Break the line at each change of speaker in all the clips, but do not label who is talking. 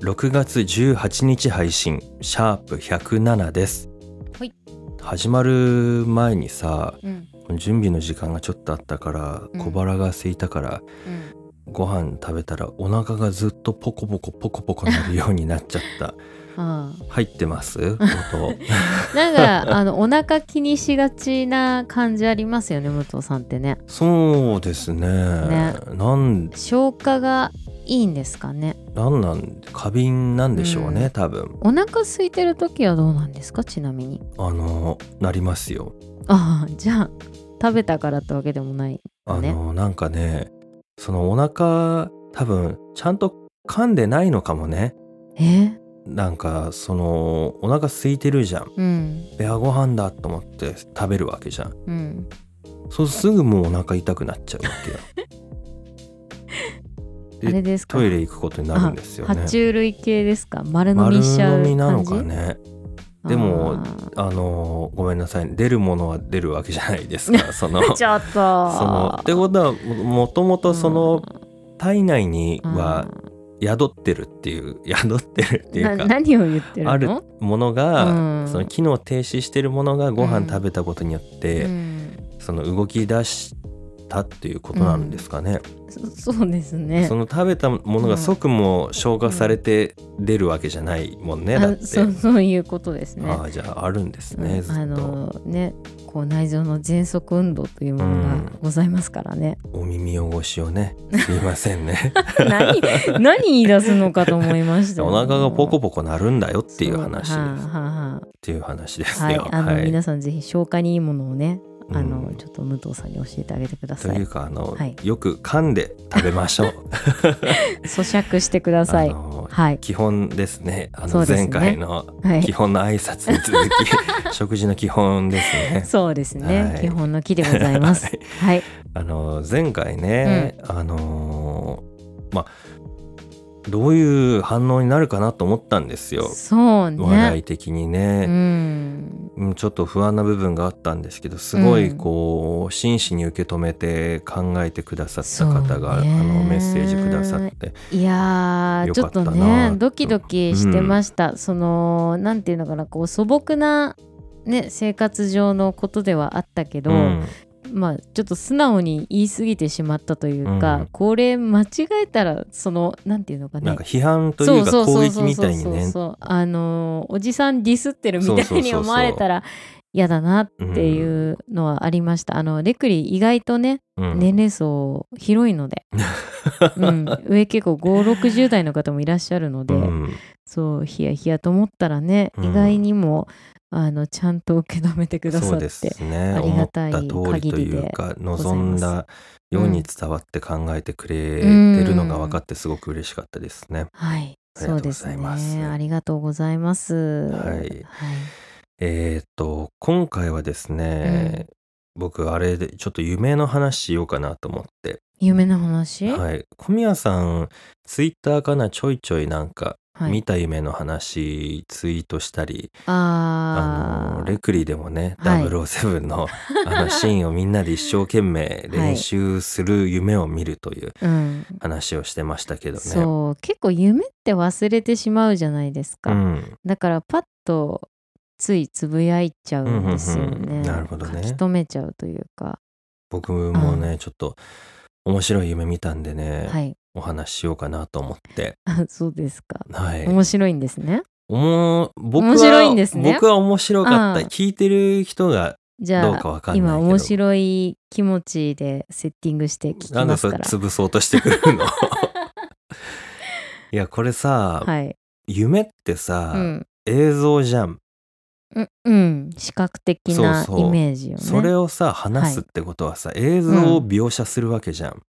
6月18日配信シャープ107です、
はい
始まる前にさ
うん
準備の時間がちょっとあったから
うん
小腹が空いたから、
うん。
ご飯食べたらお腹がずっとポコポコポコポコなるようになっちゃった
あ
入ってます 音
あなんかあのお腹気にしがちな感じありますよね武藤さんってね。
そうですねなん
消化がいいんですかね。
なんなん過敏なんでしょうね、
うん
多分
お腹空いてる時はどうなんですかちなみに。
あのなりますよ
ああじゃあ食べたからってわけでもない。
あ
ね
の、なんかねそのお腹多分ちゃんと噛んでないのかもね
え
なんかそのお腹空いてるじゃん
うん
いやご飯だと思って食べるわけじゃん
うん。
そうすぐもうお腹痛くなっちゃうわけ よ
あれですか
トイレ行くことになるんですよ
あ
ね
爬虫類系ですか丸飲
丸
みしちゃう
飲
感じ
みなのかねでも
あ
あのごめんなさい出るものは出るわけじゃないで すかその
ーちょっとそ
そのってことはももともとその体内には宿ってるっていう 宿ってるっていうか
何を言ってるの
あるもの
う
が
ん
その機能停止してるものがご
うん
飯食べたことによって
うん
その動き出したっていうことなんですかね。
そそうですね
その食べたものが即も消化されて出るわけじゃないもんね、だっ
あ
て。
そうそういうことですね
ああじゃああるんですね、
うん
ず
あ
っと
のねこう内臓の喘息運動というものがございますからね、
お耳汚しをねすいませんね
何何言い出すのかと思いました
お腹がポコ
ポ
ポコなるんだよっていう話
はあ
ですっ
はあはあ
ていう話です
はい、
よ。
あの、
はい
皆さんぜひ消化にいいものをね、あ
う
の
ん
ちょっと武藤さんに教えてあげてくだ
と
さ
いう
い。
かあの、
はい
よく噛んで食べましょう。
咀嚼してくださ
あ
い。
の
はい
基本ですねあ
そう
の
ですね
前回の
は
基
い。
本の挨拶に続 き、食事の基本ですね。
そうですね、
はい
基本の木でございます
は。い
はい。
あの前回ね、あのーまあどういう反応になるかなと思ったんですよ、
そう
話題
ね。
的に
う
ね、
ん。
うんちょっと不安な部分があったんですけどすご
う
い
ん
こう真摯に受け止めて考えてくださった方が、
そうね
あのメッセージくださって
いやー
よ
ちょ
か
っ
った
と
な
ねドキドキしてました、そのなんていうのかなこう素朴な、ね、生活上のことではあったけど、
うん
まあちょっと素直に言い過ぎてしまったというか、
うん
これ間違えたらそのなんていうのかね
なんか批判というか攻撃みたいにね
そうあのーおじさんディスってるみ
そ
た
うそ
いう
そう
に
そう
思われたら嫌だなっていうのはありました、あのレクリ意外とね
うん
年齢層広いの で、うん、上結構560代の方もいらっしゃるので、
うん
そうヒヤヒヤと思ったらね、
うん
意外にもあのちゃんと受け止めてくだ
そ
さ
う
っ
です
て
ね
あり
思
が
った
い
た通りというか望んだように伝わって考えてくれてるのが分かってすごく嬉しかったですね。
はい
あ
そ
りが
う
とうご
です
ざ
ね
います
ありがとうございます
はいえーっと今回はですね、僕あれでちょっと夢の話しようかなと思って、
夢の話、
はい、小宮さんツイッターかなちょいちょいなんか
はい
見た夢の話ツイートしたり、あ
あ
の
ー
レクリでもね、
はい
007のあのシーンをみんなで一生 懸命練習する夢を見るという
うん
話をしてましたけどね。
そう結構夢って忘れてしまうじゃないですか、
うん
だからパッとついつぶやいちゃうんですよね、
うんうんうんなるほどね
書き留めちゃうというか
僕もね、ちょっと面白い夢見たんでね、
はい
お話ししようかなと思って、
あそうですか
はい、
面白いんですね
おも僕は
面白いんですね
僕は面白かった
ああ
聞いてる人が
じ
ど
ゃ
うか
あ
わかんないけ
今
ど
面白い気持ちでセッティングして聞き
なんで
ます
そ
か
れ
ら
潰そうとしてくる のいやこれさ、
はい、
夢ってさ、
うん
映像じゃん
うんうん、視覚的な
そうそう
イメージよね
それをさ話すってことはさ、映像を描写するわけじゃん、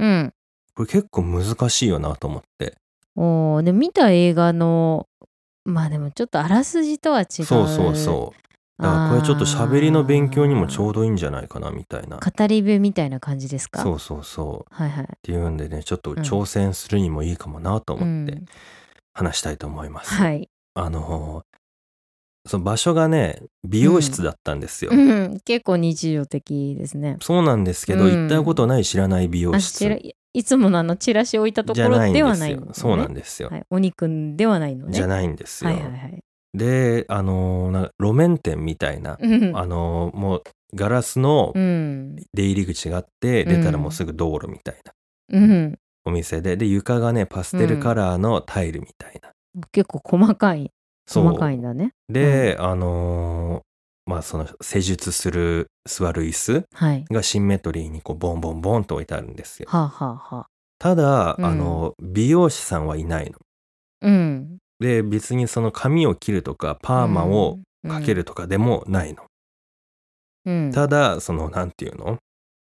うん
これ結構難しいよなと思って
おーで見た映画のまあでもちょっとあらすじとは違う
そうそうそうだからこれちょっと喋りの勉強にもちょうどいいんじゃないかなみたいな
あー語り部みたいな感じですか
そうそうそうっ
はいはい
ていうんでねちょっと挑戦するにもいいかもなと思って
うん
話したいと思います、
はい、
あのーその場所がね美容室だったんですよ、
うん、結構日常的ですね
そうなんですけど、
うん
行ったことない知らない美容
あ
室
ちらいつものあのチラシ置いたとこ
じゃない
ろで
んで
は
す
ない
よ
の、ね、
そうなんですよ、
はい、お肉ではないのね
じゃないんですよ、
はいはいはい
であのーなんか路面店みたいな、
うん
あのーもうガラスの
うん
出入り口があって、
うん
出たらもうすぐ道路みたいな
うん
お店でで床がねパステルカラーのタイルみたいな、
結構細かい
そう
細かいんだね
で、あのーまあその施術する座る椅子
はい
がシンメトリーにこうボンボンボンと置いてあるんですよ
はあ、はあはあ、
ただ、
うん
あの美容師さんはいないの
うん
で別にその髪を切るとかパーマをかけるとかでもないの、
うん、うん
ただそのなんていうの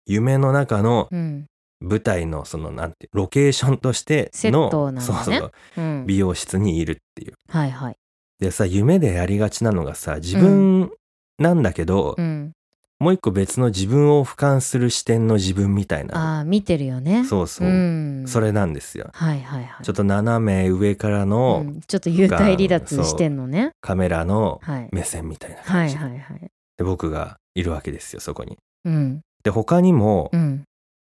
夢の中の
うん
舞台のそのなんてロケーションとして
セ
の
ットなんだね
そうそう
うん、
美容室にいるっていう
はいはい、
でさ夢でやりがちなのがさ自分なんだけど、
うん、
もう一個別の自分を俯瞰する視点の自分みたいな
ああ見てるよね
そうそう、
ん、
それなんですよ
はいはいはい
ちょっと斜め上から
う
の
んちょっと幽体離脱してんのね
カメラの
はい
目線みたいな
は
感
い
じ、
はいはい
で僕がいるわけですよそこに。
うん
で他にも
うん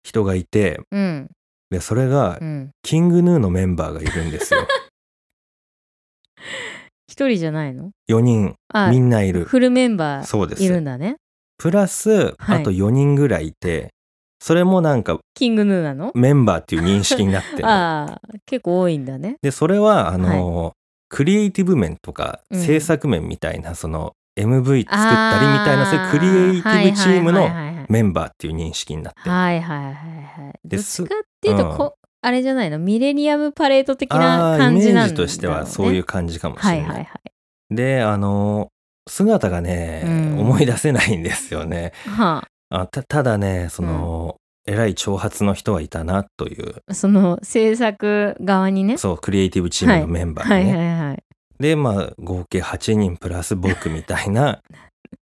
人がいて、
うん
でそれが
うん
キングヌーのメンバーがいるんです よ。
一人じゃないの
4人
あ
みんないる。
フルメンバー
そうで
いるん
す。
だね
プラス
は
あ
い
と4人ぐらいいて、それもなんか
キングヌーなの
メンバーっていう認識になっ てる
ああ結構多いんだね
でそれはあの、クリエイティブ面とか
うん
制作面みたいな、その MV 作ったりみたいなそういうクリエイティブチーム
はい
の
はいはい
メンバーっていう認識になってる
はいはいはいはいど
で
っ
す
ちかっていうと
うん
こあれじゃないのミレニアムパレード的
あ
な
ー
感じなんだろうね
イメージとしてはそういう感じかもしれ
は
ない。
いはいはい
であの姿がね、
うん
思い出せないんですよね。
は
あたただねその、偉い長髪の人はいたなという
あその制作側にね
そうクリエイティブチームのメンバー
はい
ね。
はいはい
でまあ合計8人プラス僕みたいな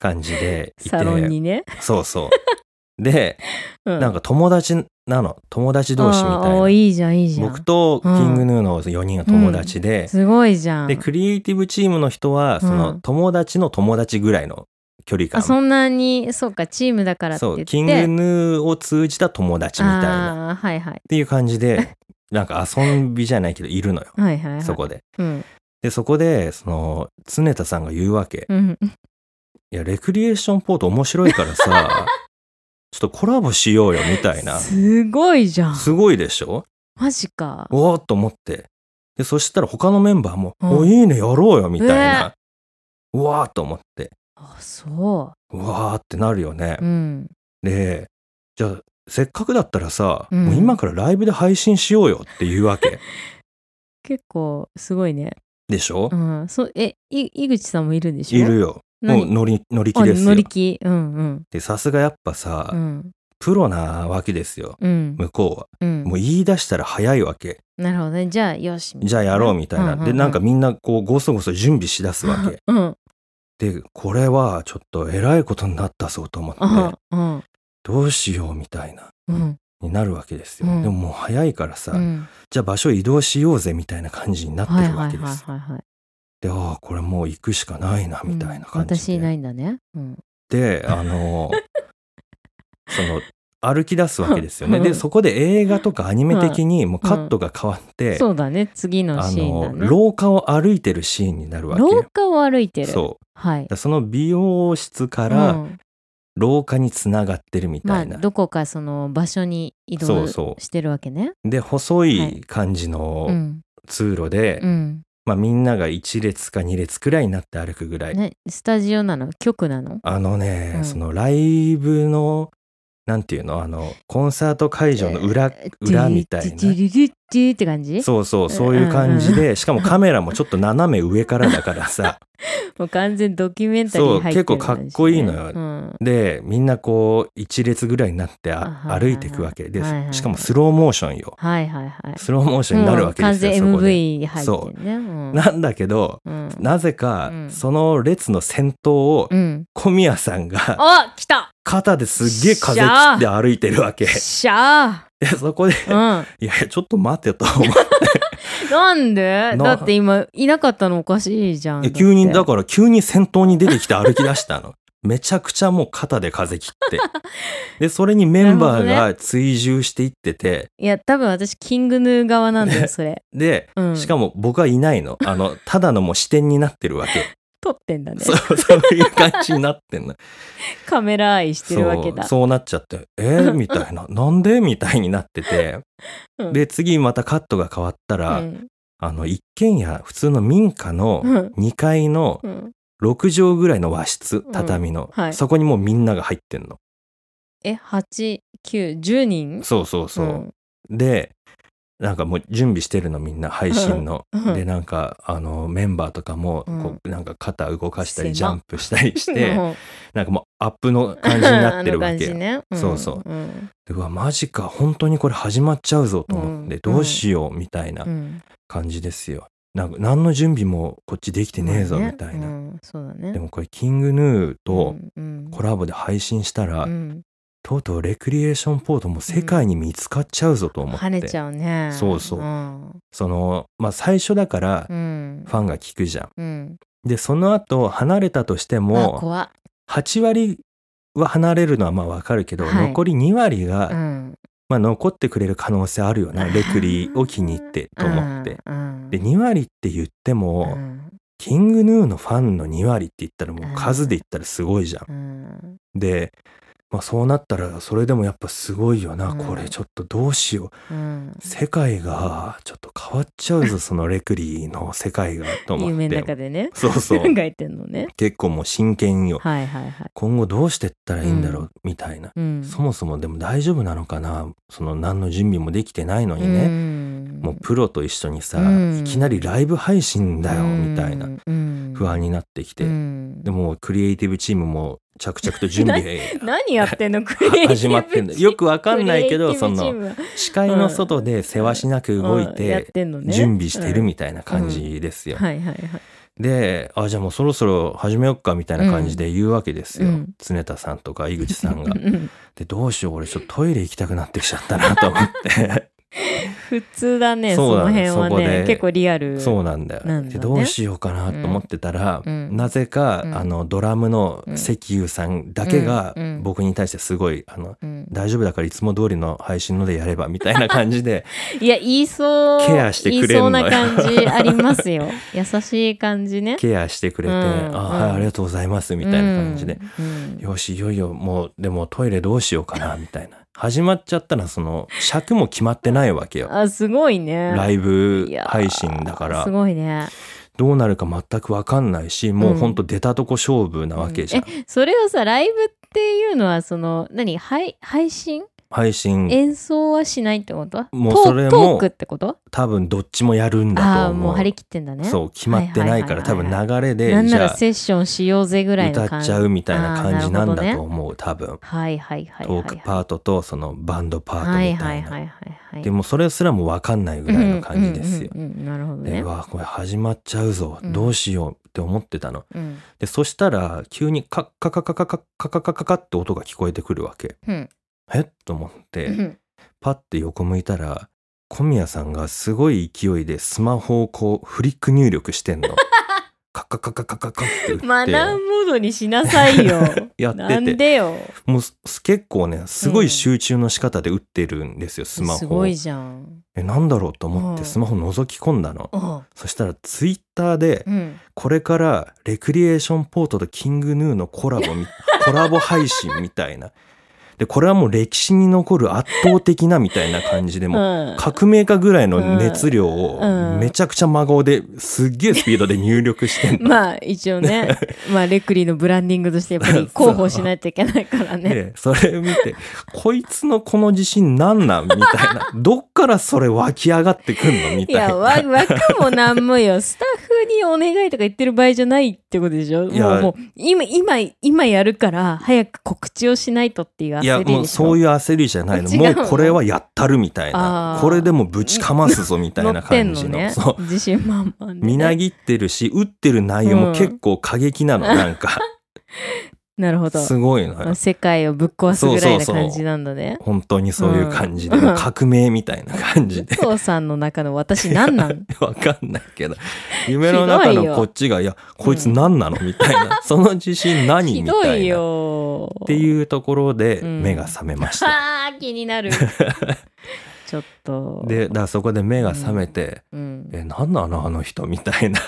感じでいて
サロンにね
そうそう。で
な
なんか友達なの友達同士みたい
あ
な
ーいいじゃんいいじゃん
僕とキングヌーの4人が友達で、
すごいじゃん
でクリエイティブチームの人はその友達の友達ぐらいの距離
あ
感、
そんなにそうかチームだからって
そ
言って
うキングヌーを通じた友達みたいなっ
あーはいはい
ていう感じでなんか遊びじゃないけどいるのよ
はいはいはい
そこで。
うん
でそこでその常田さんが言うわけ
うん
「いやレクリエーションポート面白いか らさちょっとコラボしようよ」みたいな
すごいじゃん
すごいでしょ
マジか
おーっと思って。で、そしたら他のメンバーも、
うん
お、いいね、やろうよ、みたいな。うわーっと思って、
あそう
わーってなるよね
うう。ん
で、じゃあ、せっかくだったらさ、
うん
もう今からライブで配信しようよっていうわ け
結構すごいね
でしょ、
うんそうえい井口さんもいるんでしょ
いるよ。もう
何
乗り、乗り気
あ
です
乗
よ
り。気うんうん
で、さすがやっぱさ、
うん
プロなわけですよ。
うん
向こうは。
うん
もう言い出したら早いわけ。
なるほどねじゃあよし
じゃあやろう、みたいな。
うんうんうん
で、なんかみんなこう、ごそごそ準備しだすわけ。
うん
で、これはちょっとえらいことになったそうと思って、
うんうん
どうしようみたいな、
うん
になるわけですよ。
うん
でももう早いからさ、
うん
じゃあ場所移動しようぜみたいな感じになって
はい
るわ
はい
けで
はい
す。
はいはい
で、ああ、これもう行くしかないなみたいな感
うん
じ
私
で。
いないんだねうん
で、あの、その、歩き出すわけですよね。
うん
で、そこで映画とかアニメ的にもうカットが変わって、
そうだね次の
あ
シーンだ
の、
ね
廊下を歩いてるシーンになるわけ
廊下を歩いてる
そう。
はい
だからその美容室か
う
ら
ん
廊下につながってるみ
ま
た
あ
いな。
どこかその場所に移
そ
動
うそう
してるわけね
で細
はいい
感じ
う
の
ん
通路で、
うん
まあ、みんなが1列か2列くらいになって歩くぐらい、
ねスタジオなの局なの
あのね、
うん
そのライブのなんていうのあのコンサート会場の裏、裏みたい
デ
な
ィリリジーって感じ
そうそうそういう感じでしかもカメラもちょっと斜め上からだか らさ
もう完全ドキュメンタリー入ってる
そう結構かっこいいのよ
うん
でみんなこう一列ぐらいになってあ
あはいはい
歩いていくわけで
はいはい
しかもスローモーションよ
はいはいはい。
スローモーションになるわけですよ、
もう
そ
完
こで。
全 MV 入ってるね。うん
なんだけど
うん
なぜか、
うん
その列の先頭を
うん。
小宮さんが
あ来た
肩ですっげえ風切って歩いてるわけ。
しゃ
でそこで
ー、うん、
いやいやちょっと待てと思って
なんで
な
だって今いなかったのおかしいじゃん
いや急にだ
か
から急に先頭に出てきて歩き出したのめちゃくちゃもう肩で風切 ってでそれにメンバ
な
ー
るほ
が追従していってて、
いや多分私キングヌー側なんだよ
ね
それ
で、
うん
しかも僕はいないのあ のただのもう視点になってるわけ
撮ってんだね
そう そういう感じになってん の
カメラ愛してるわけ
そう
だ
そうなっちゃってえー、みたいななんでみたいになって て
うん
で次またカットが変わったら、
うん
あの一軒家普通の民家の
うん
2階の
うん
6畳ぐらいの和室
うん
畳の、
はい
そこにもうみんなが入ってんの。
え八8910人
そうそうそう。
ん
でなんかもう準備してるのみんな配信の。
うん
でなんかあのメンバーとかもこう、なんか肩動かした
狭
りジャンプしたり して
うん
なんかもうアップの感じになってるわ
あの感
け。
じね、ん
そうそう
うん
でうわマジか本当にこれ始まっちゃうぞと思って、
うん
どうしようみたいな
うん
感じですよ。なんか何の準備もこっちできてねえぞみたいな。
うんそうだね
でもこれキングヌーと
うんうん
コラボで配信したら、
うん
とうとうレクリエーションポートも世界に見つかっちゃうぞと思って、
跳ねちゃうね
そうそうんそのまあ最初だから
うん
ファンが聞くじゃん。
うん
でその後離れたとして
あ
も
怖っ
8割は離れるのはまあわかるけど、
はい
残り2割が、
うん
まあ、残ってくれる可能性あるよな
あー
レクリを気に入ってと思って。
うん
で2割って言っても、
うん
キングヌーのファンの2割って言ったらもう数で言ったらすごいじゃん。
うん
で、まあ、そうなったらそれでもやっぱすごいよな、
うん
これちょっとどうしよう
うん
世界がちょっと変わっちゃうぞそのレクリーの世界がと思っ
夢の
て
中でね
そうそう
考えてんのね
結構もう真剣よ
はいはいはい
今後どうしてったらいいんだろうみたいな、
うん
そもそもでも大丈夫なのかなその何の準備もできてないのにね、
ね
もうプロと一緒にさ、
うん
いきなりライブ配信だよみたいな不安
に
になってきて、で
で
もクリエイティブチームも着々と 準備
何やってんのク リエイティブ
始まってんだよくわかんないけどその
の
視界の外でせわしなく動いて準備してるみたいな感じですよ。
はいはいはい
であじゃあもうそろそろ始めよっかみたいな感じで言うわけですよ、
うん
常田さんとか井口さんが。
うん
でどうしよう俺ちょっとトイレ行きたくなってきちゃったなと思って
普通だね
そ
そう
だ
の
ね
辺は
そこで
ね結構リアル
そうなんだよ。
なんだね
でどうしようかなと思ってたら、
うん
なぜか、
うん
あのドラムの
うん
石油さんだけが
うんうん
僕に対してすごい「あの
うん
大丈夫だからいつも通りの配信のでやれば」みたいな感じで
いや言いそう
ケアしてくれ
言いそ
ん
う
のよ
な感じありますよ優しい感じね
ケアしてくれて「
うん
あはい
うん
ありがとうございます」みたいな感じで、
うん
よしいよいよもうでもトイレどうしようかなみたいな始まっちゃったらその尺も決まってないわけよ
あすごいね
ラ
イ
イブ配信だか
す
ら
ごいね
どうなるか全く分かんないしもううんほんと出たとこ勝負なわけじゃん、
うんそれをさライブっていうのはその何配配信、
配信
演奏はしないってこと
もう
トー
それも
トークってこと
多分どっちもやるんだ
あ
と
あー
思
も
う
う張り切ってんだね
そう決まってないから
はいは
多
いはい
分
はい
流れ
な
で
ん
じ
なら
ゃ
セッションしようぜぐ
あ
らいの
歌
感
っ
じ
ちゃうみたいな
あー
感じなん
なる
だ
ほ
と
ど
思う多分
はいはいはいはい
トークパートとそのバンドパート
はい
み
は
た
い
い
はい
な
はいはい
でもそれすらも分かんないぐらいの感じですよ
うんうんうんうんなるほど
で
ね
うわこれ始まっちゃうぞ、
うん
どうしようって思ってたの
うん
でそしたら急にカッカカカカカカカカカカって音が聞こえてくるわけ
うん
えっと思って、
うん
パッて横向いたら小宮さんがすごい勢いでスマホをこうフリック入力してんのカカカカカカカって打って
マナーモードにしなさいよ
やってて
なんでよ
もうす結構ねすごい集中の仕方で打ってるんですよ、スマ
す
ホを
ごいじゃん
えなんだろうと思って
うん
スマホ覗き込んだの、
うん
そしたらツイッターで
うん
これから レクリエーションポートとキングヌーのコラボみコラボ配信みたいな。でこれはもう歴史に残る圧倒的なみたいな感じでもう
うん
革命家ぐらいの熱量を
うん
めちゃくちゃ真顔ですっげえスピードで入力してん の。
まあ一応 ね、まあレクリーのブランディングとしてやっぱり広報しないといけないからね。
でそれ見てこいつのこの自信なんなんみたい などっからそれ湧き上がってくんのみ
い
たい
や、
な。
わ、わかもなんも よ。スタッフにお願いとか言ってる場合じゃないってことでしょ
いや
もう、もう、今、今、今やるから、早く告知をしないとっていう焦り
い
でしょ
やもうそう
いう
いう焦りじゃないの
違うの
もうこれはやったるみたいな
あー
これでもうぶちかますぞみたいな感じの
ね
そう。
自信満々でね、
みなぎってるし打ってる内容も結構過激なの、なん か
なるほど。
すごいのよ
世界をぶっ壊すぐらいな感じなんだね。
本当にそういう感じで、
うん
もう革命みたいな感じで
お父さんの中の私なんなん
わかんないけど夢の中のこっちがいやこいつ何なのみたいな、その自信 何
ひ
み
ど
た
い
いなっ
よ。
ていうところで
うん
目が覚めました、
はあ気に なるちょっと
でだからそこで目が覚めて、
うん、
え何なのあの人みたいな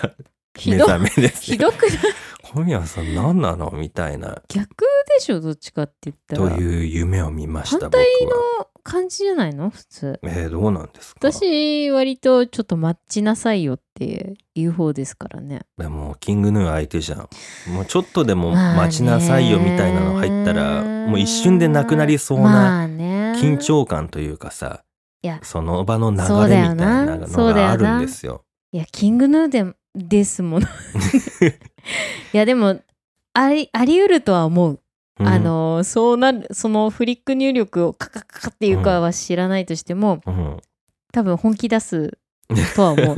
ひ
目
ど
覚めです
ひ
よ
どくない
小宮さん何なのみたいな
逆でしょどっちかって言った
と
ら
いう夢を見ました
反
僕
対
は。
感じじゃないの普通
えー、どうなんですか
私割とちょっと待ちなさいよっていう方ですからね
でもキングヌー相手じゃんもうちょっとでも待ちなさいよみたいなの入ったらもう一瞬でなくなりそうな緊
緊
張感というかさ
いや
その場の流
そうだ
れ
よ
みたいな
な
のがあるんですよ。
いやキングヌーでですもの いやでもありあり得るとは思う
うん
あのそうなるそのフリック入力をカカカカっていうかは知らないとしても、
うんうん
多分本気出すとは 思う。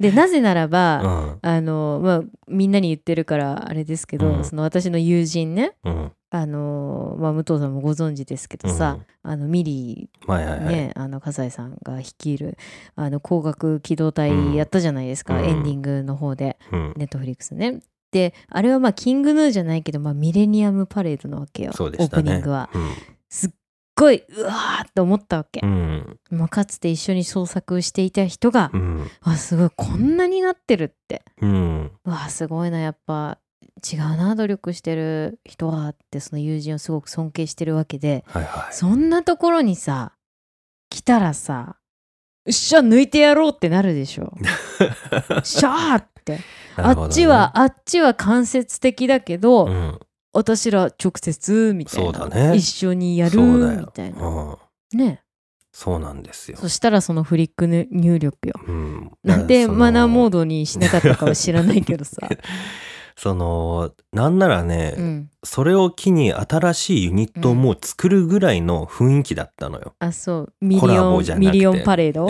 でなぜならば、
うん
あのまあ、みんなに言ってるからあれですけど、
うん
その私の友人ね
うん
あの、まあ、武藤さんもご存知ですけどさ、あのミリ
はい
ー、
はい
ね
はい。
あの笠井さんが率いるあの光学機動隊やったじゃないですか、
うん
エンディングの方で
うん
ネットフリックスね。であれはまあキングヌーじゃないけど、まあ、ミレニアムパレードなわけよ、オ
そうで
ー
した
プ
ね。
ニングは。
うん
すっごいうわーって思ったわけ
う、ん
まあかつて一緒に創作していた人が、
うん
あすごいこんなになってるって
うん
うわすごいなやっぱ違うな努力してる人はってその友人をすごく尊敬してるわけで
はいはい。
そんなところにさ来たらさ「よっしゃ抜いてやろう」ってなるでし ょ。シャーって、
な
あ
るほどね
っちはあっちは間接的だけど、
うん
私ら直接みたいな
そうだね
一緒にやる
そうだよ
みたいな
うん
ね
そうなんですよ。
そしたらそのフリックぬ入力よ。
うん
なんでマナーモー
ド
ドにしなかったかは知らないけどさ。
そのなんならね、
うん、
それを機に新しいユニットをもう作るぐらいの雰囲気だったのよ。
あそうミ
コ
リ
ラ
オ
ボじゃ
ン
な
ミ
くて
リオンパレー ド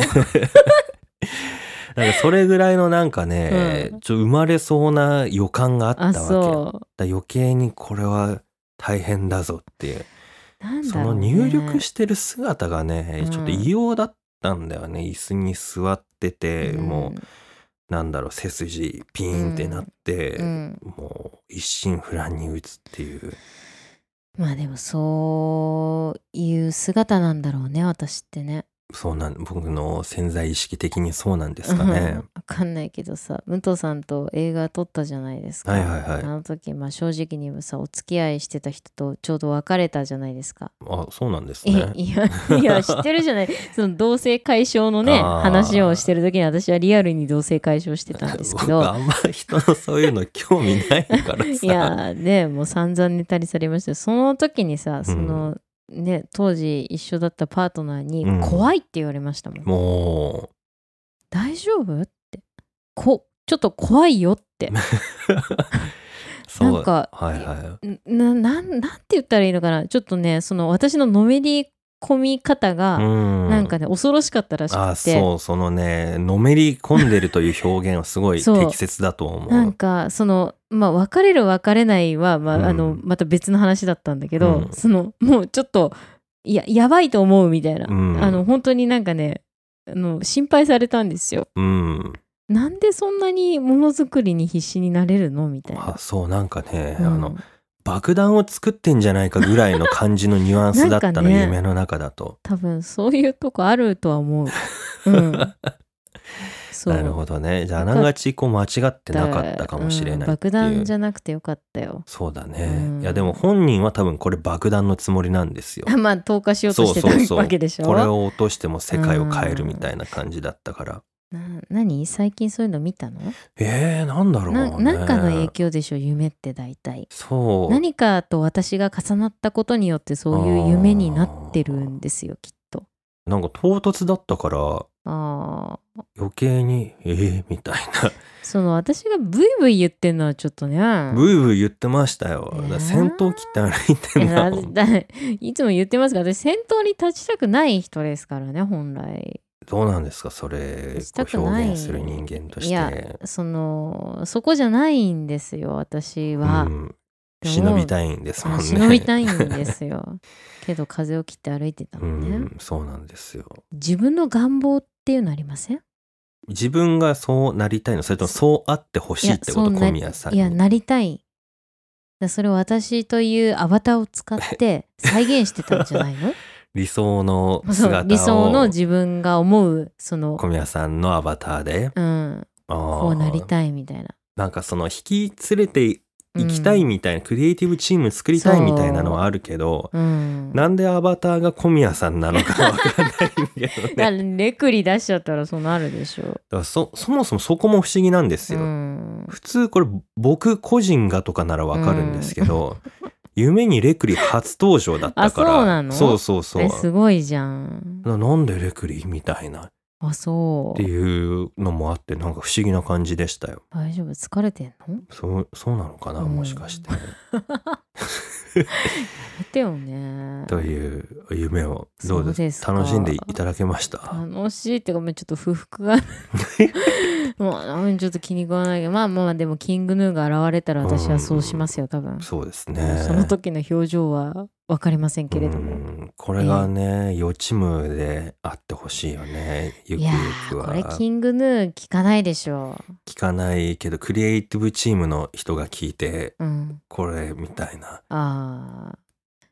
だからそれぐらいのなんかね、
う
ちょ生まれそうな予感があったわ
あ
けよ。
そ
だから余計にこれは大変だぞっていう
うなん
そ
だろ
の
う、ね、
入力してる姿がね、
うん
ちょっと異様だったんだよね椅子に座ってて、
うん
もうなんだろう背筋ピーンってなって、
うん
もう一心不乱に打つっていう。
まあでもそういう姿なんだろうね私ってね。
そうなん僕の潜在意識的にそうなんですか
うん
ね。
わかんないけどさ武藤さんと映画撮ったじゃないですか。
はいはいはい
あの時、まあ、正直にさお付き合いしてた人とちょうど別れたじゃないですか。
あそうなんです
え
ね。
いやいや知ってるじ ゃないその同性解消のね
あー
話をしてる時に私はリアルに同性解消してたんですけ
僕
ど
あんまり人のそういうの興味ないからさ。
いやねもう散々ネタにされましたよその時にさその、ね当時一緒だったパートナーに
う
「
ん
怖い」って言われましたもん「
も
大丈夫?」ってこちょっと怖いよって
うそう
なんか
はいは
ななんなんて言ったらいいのかなちょっとねその私ののめり込み方
い。う
が、
ん。
なんかね恐ろしかったらし
あ
くて
そうそのねのめり込んでるという表現はすごい
そう
適切だと思う。
なんかそのまあ別れる別れないは、まあ
うん
あのまた別の話だったんだけど、
うん
そのもうちょっといややばいと思うみたいな、
うん
あの本当になんかねあの心配されたんですよ。
うん。
なんでそんなにものづくりに必死になれるのみたいな。
あそうなんかね、
うん
あの爆弾を作ってんじゃないかぐらいの感じのニュアンスだった
なん
の、
かね
夢の中だと。
多分そういうとこあるとは思う。うん、そう
なるほどねじゃああながちこう間違ってなかったかもしれないって
うん
いう、
爆弾じゃなくてよかったよ
そうだ
う
ね
ん
いやでも本人は多分これ爆弾のつもりなんですよ
あまあ投下しようとしてた
そうそうそう
わけでしょ
これを落としても世界を変えるみたいな感じだったから
な何最近そういうの見たの
えー、なんだろう
な
ね
なんかの影響でしょ夢って大体
そう
何かと私が重なったことによってそういう夢になってるんですよきっと
なんか唐突だったから
ああ
余計にえー、みたい
その私がブイブイ言ってんのはちょっとね
なブイブイ言ってましたよ、だから
えー
戦闘機って歩い
い
てん
や
だ
だ
もん
だいつも言ってますが私戦闘に立ちたくない人ですからね本来
どうなんですかそれ
したく
こう
ない
表現する人間として
いやそのそこじゃないんですよ私は、
うん、忍びたいんですもんね
忍びたい
ん
んですよけど風を切って歩いてた
う
のね、
ん、そうなんですよ
自分の願望っていうのありません
自分がそうなりたいのそれともそうあってほしいってこと
いやそうな
小宮さん
い
に
やなりたいだそれを私というアバターを使 って再現してたんじゃないの
理想の
そ
姿
う
を
理想の自分が思うその
小宮さんのアバターで
うん
あー
こうなりたいみたいな
なんかその引き連れていきたいみたいな、クリエイティブチーム作りたいみたいなのはあるけど、
うん、
なんでアバターが小宮さんなのかわかんないけど ね
だレクリ出しちゃったらそうなるでしょ
だからそそもそもそこも不思議なんです
う
よ、
ん、
普通これ僕個人がとかならわかるんですけど、夢にレクリ初登場だったから
あそうなの
そうそうそう
えすごいじゃん
ななんでレクリみたいなっ
あそ
て
う
いうのもあってなんか不思議な感じでしたよ
大丈夫疲れてんのや
そうそうなのかな
うん
もしかして、
めてよね
という夢をどう
そ
です
うですか
楽しんでいただけました
楽しいってかもうちょっと不服 がもううんちょっと気に食わないけどまあまあでもキングヌーが現れたら私はそうしますよ多分、
そうですね
その時の表情は分かりませんけれども、
うんこれがね予知夢であってほしいよねゆく
い
ゆ
や
く
ーこ
は
れキングヌー聞かないでしょ
聞かないけどクリエイティブチームの人が聞いて
う、うん、
これみたいな
ああ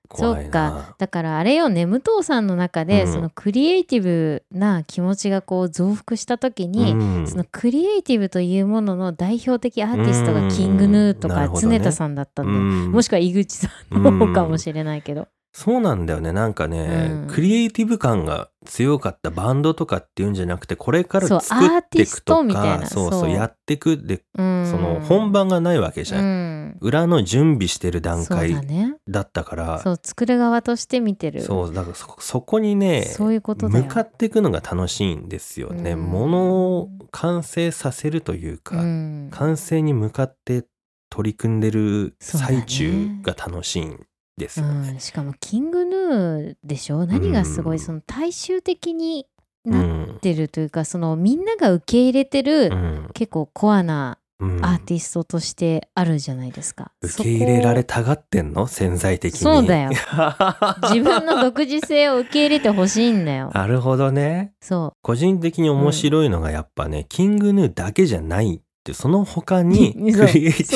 怖い
そっ
な
だからあれよね武藤さんの中で、
うん
そのクリエイティブな気持ちがこう増幅した時に、
うん
そのクリエイティブというものの代表的アーティストがキングヌーと
うんなる
か
ほどね
常田さんだったんだよ、
うん
もしくは井口さんの方かもしれないけど、
そうなんだよねなんかね、
うん
クリエイティブ感が強かったバンドとかっていうんじゃなくてこれから
そう
作っていくと
アーティストみたい
か
な
そうそう
そう
やってくで、
うん、
その本番がないわけじゃん、
うん
裏の準備してる段
そうだ
階
ね
だったから
そう作る側として見てる
そうだからそこそこにね
そういうことだよ
向かっていくのが楽しいんですよね、
うん
ものを完成させるというか、
うん
完成に向かって取り組んでる
そうだね
最中が楽しいんですよね。
うん、しかもキングヌーでしょ何がすご
うん
いその大衆的に
う
なっ
ん
てるというか、そのみんなが受け入れてる、
うん
結構コアな
うん
アーティストとしてあるじゃないですか。
受け入れられたがってんの潜在的に。
そうだ よ自
自
分の独自性を受け入れてほしいんだよ。
なるほどね。
そ
個人的に面白いのがやっぱね、キングヌーだけじゃないってその他
う。
にクリエイテ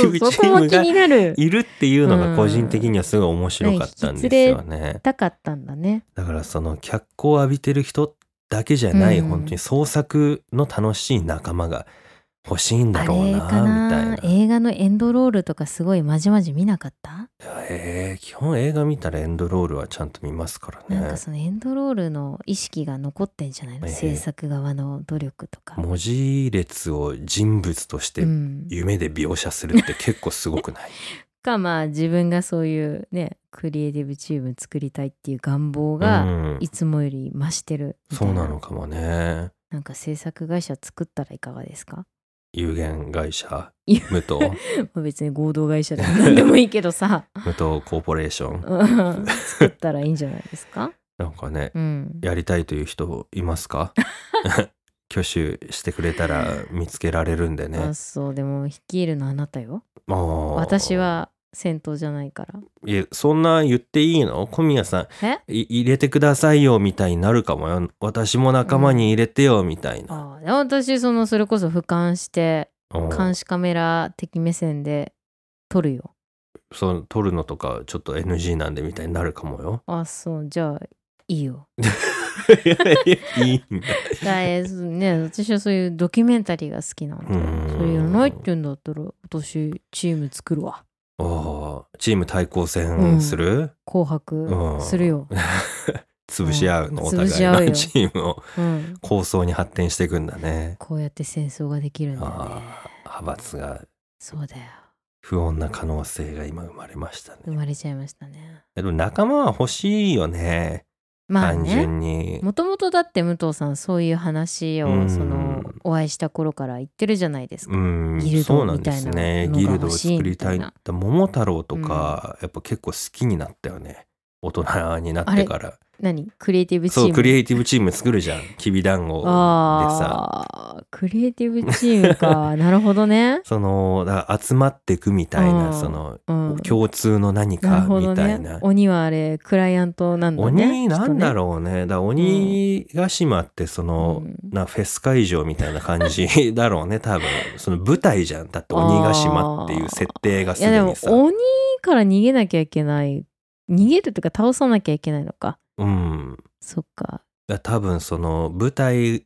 ィブチ
そうそこ
ー
も
ム
気
が
になる。
いるっていうのが個人的にはすごい面白かったんですよね。
たかったんだね。
だからその脚光を浴びてる人だけじゃない、
うん
本当に創作の楽しい仲間が欲しいん
あ
だ
れ
ろうな
かな
みたいな。
映画のエンドロールとかすごいまじまじ見なかった、
えー基本映画見たらエンドロールはちゃんと見ますから
なん
ね
か。そのエンドロールの意識が残ってんじゃないの、
ええ
制作側の努力とか。
文字列を人物として
うん、
夢で描写するって結構すごくない、
かまあ自分がそういうねクリエイティブチーム作りたいっていう願望
う
が、
ん、
いつもより増してるみた
そ
いう
なのかもね。
なんか制作会社作ったらいかがです か
有限会社
いや
武 藤
まあ別に合同会社でも何でもいいけど さ、
武藤コーポレーション
うん、作ったらいいんじゃないですか
なんかね
うん
やりたいという人いますか 挙手してくれたら見つけられるんでね
あ。そうでも率いるのあなたよ
あー
私。は先頭じゃないから
いや、そんな言っていいの小宮さ
え
ん、い入れてくださいよみたいになるかもよ。私も仲間に入れてよみたいな。
あで私そのそれこそ俯瞰して
うん
監視カメラ的目線で撮るよ
その 撮るのとかちょっと NG なんでみたいになるかもよ。
あそうじゃあいいよ
いいんだ。
だえそうね、 私はそういうドキュメンタリーが好きなんで、
うん
そういうのないって言うんだったら、私、チーム作るわ。
あーチーム対抗戦する、
紅白するよ。
潰し合うの、
うん
お互
潰し合う
い
よ
のチームを
うん。
構想に発展していくんだね。
こうやって戦争ができるんだよね。
ああ、派閥が
そうだよ。
不穏な可能性が今生まれました
生
ね。
まれちゃいましたね。
でも仲間は欲しいよね。
まあ
単
ね。
純に。
もともとだって武藤さんそういう話
う
を
ん
そのお会いした頃から言ってるじゃないですか。
うん、
ギルド
そうなんですね。ギ
みたいなのが
ルドを
欲しい
作り
み
た
た
い。
い
だ
な
から桃太郎とか、やっぱ結構好きになったよね。大人になっ
あ
て
れ
から。
何クリエイティブチー
そ
ム
う、クリエイティブチーム作る じゃん。きびだんごでさ。
あークリエイティブチーム かなるほどね、
その、だから集まっていくみたい
う
な、
ん
その、
うん、
共通の何
なる
か
ほ
み
ど
たい
ね
な。
鬼はあれクライアントなんだね
鬼なんだ
ろ
ろうね。だから鬼ヶ島ってその、
うん
なフェス会場みたいな感じ だろうね多分その舞台じゃんだって鬼ヶ島っていう設定がす
いやで
で
も
にさ
鬼から逃げなきゃいけない逃げるというか倒さなきゃいけないのか
うん
そっか
だ多分その舞台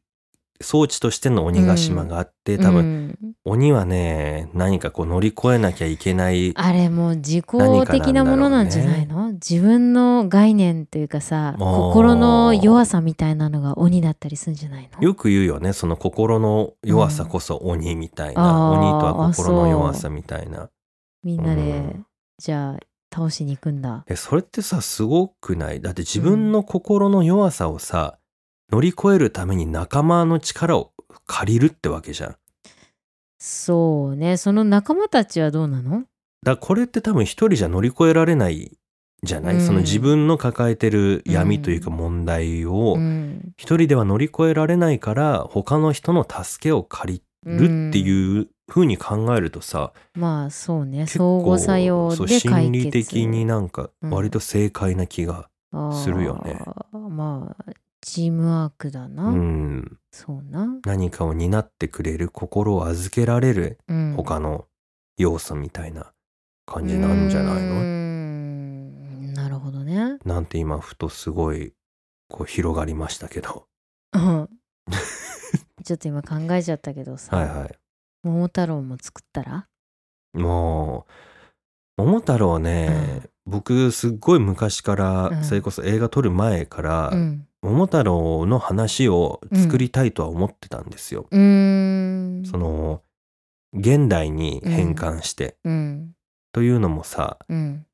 装置としての鬼ヶ島があって、多
う
分
ん
鬼はね何かこう乗り越えなきゃいけない
あれもう自己
何かなんだろうね
的なものなんじゃないの、自分の概念というかさ
あー
心の弱さみたいなのが鬼だったりするんじゃないの
よく言うよねその心の弱さこそ鬼みたいな、
うんあー
鬼とは心の弱さみたいな
みんなで、
うん
じゃあ倒しに行くんだ
えそれってさすごくないだって自分の心の弱さをさ、乗り越えるために仲間の力を借りるってわけじゃんだか
そうねその仲間たちはどうなの
らこれって多分一人じゃ乗り越えられないじゃない、
うん
その自分の抱えてる闇というか問題を
うん
一人では乗り越えられないから他の人の助けを借りるっていう風に考えるとさ、
まあそうね
結構
相互作用
そう
で解決
心理的になんか割と正解な気が、するよね
あーまあチームワークだな、
うん、
そうな、
何かを担ってくれる心を預けられる
うん、
他の要素みたいな感じなんじゃないう
ー
の
んなるほどね
なんて今ふとすごいこう広がりましたけど
うん ちょっと今考えちゃったけどさ、
はいは
桃太郎も作ったら
いもう桃太郎ね、僕すっごい昔から、
うん
それこそ映画撮る前から、
うん
桃太郎の話を作りたいとは思ってたんですよ、
うーん
その現代に変換して、
うん
というのもさ
うん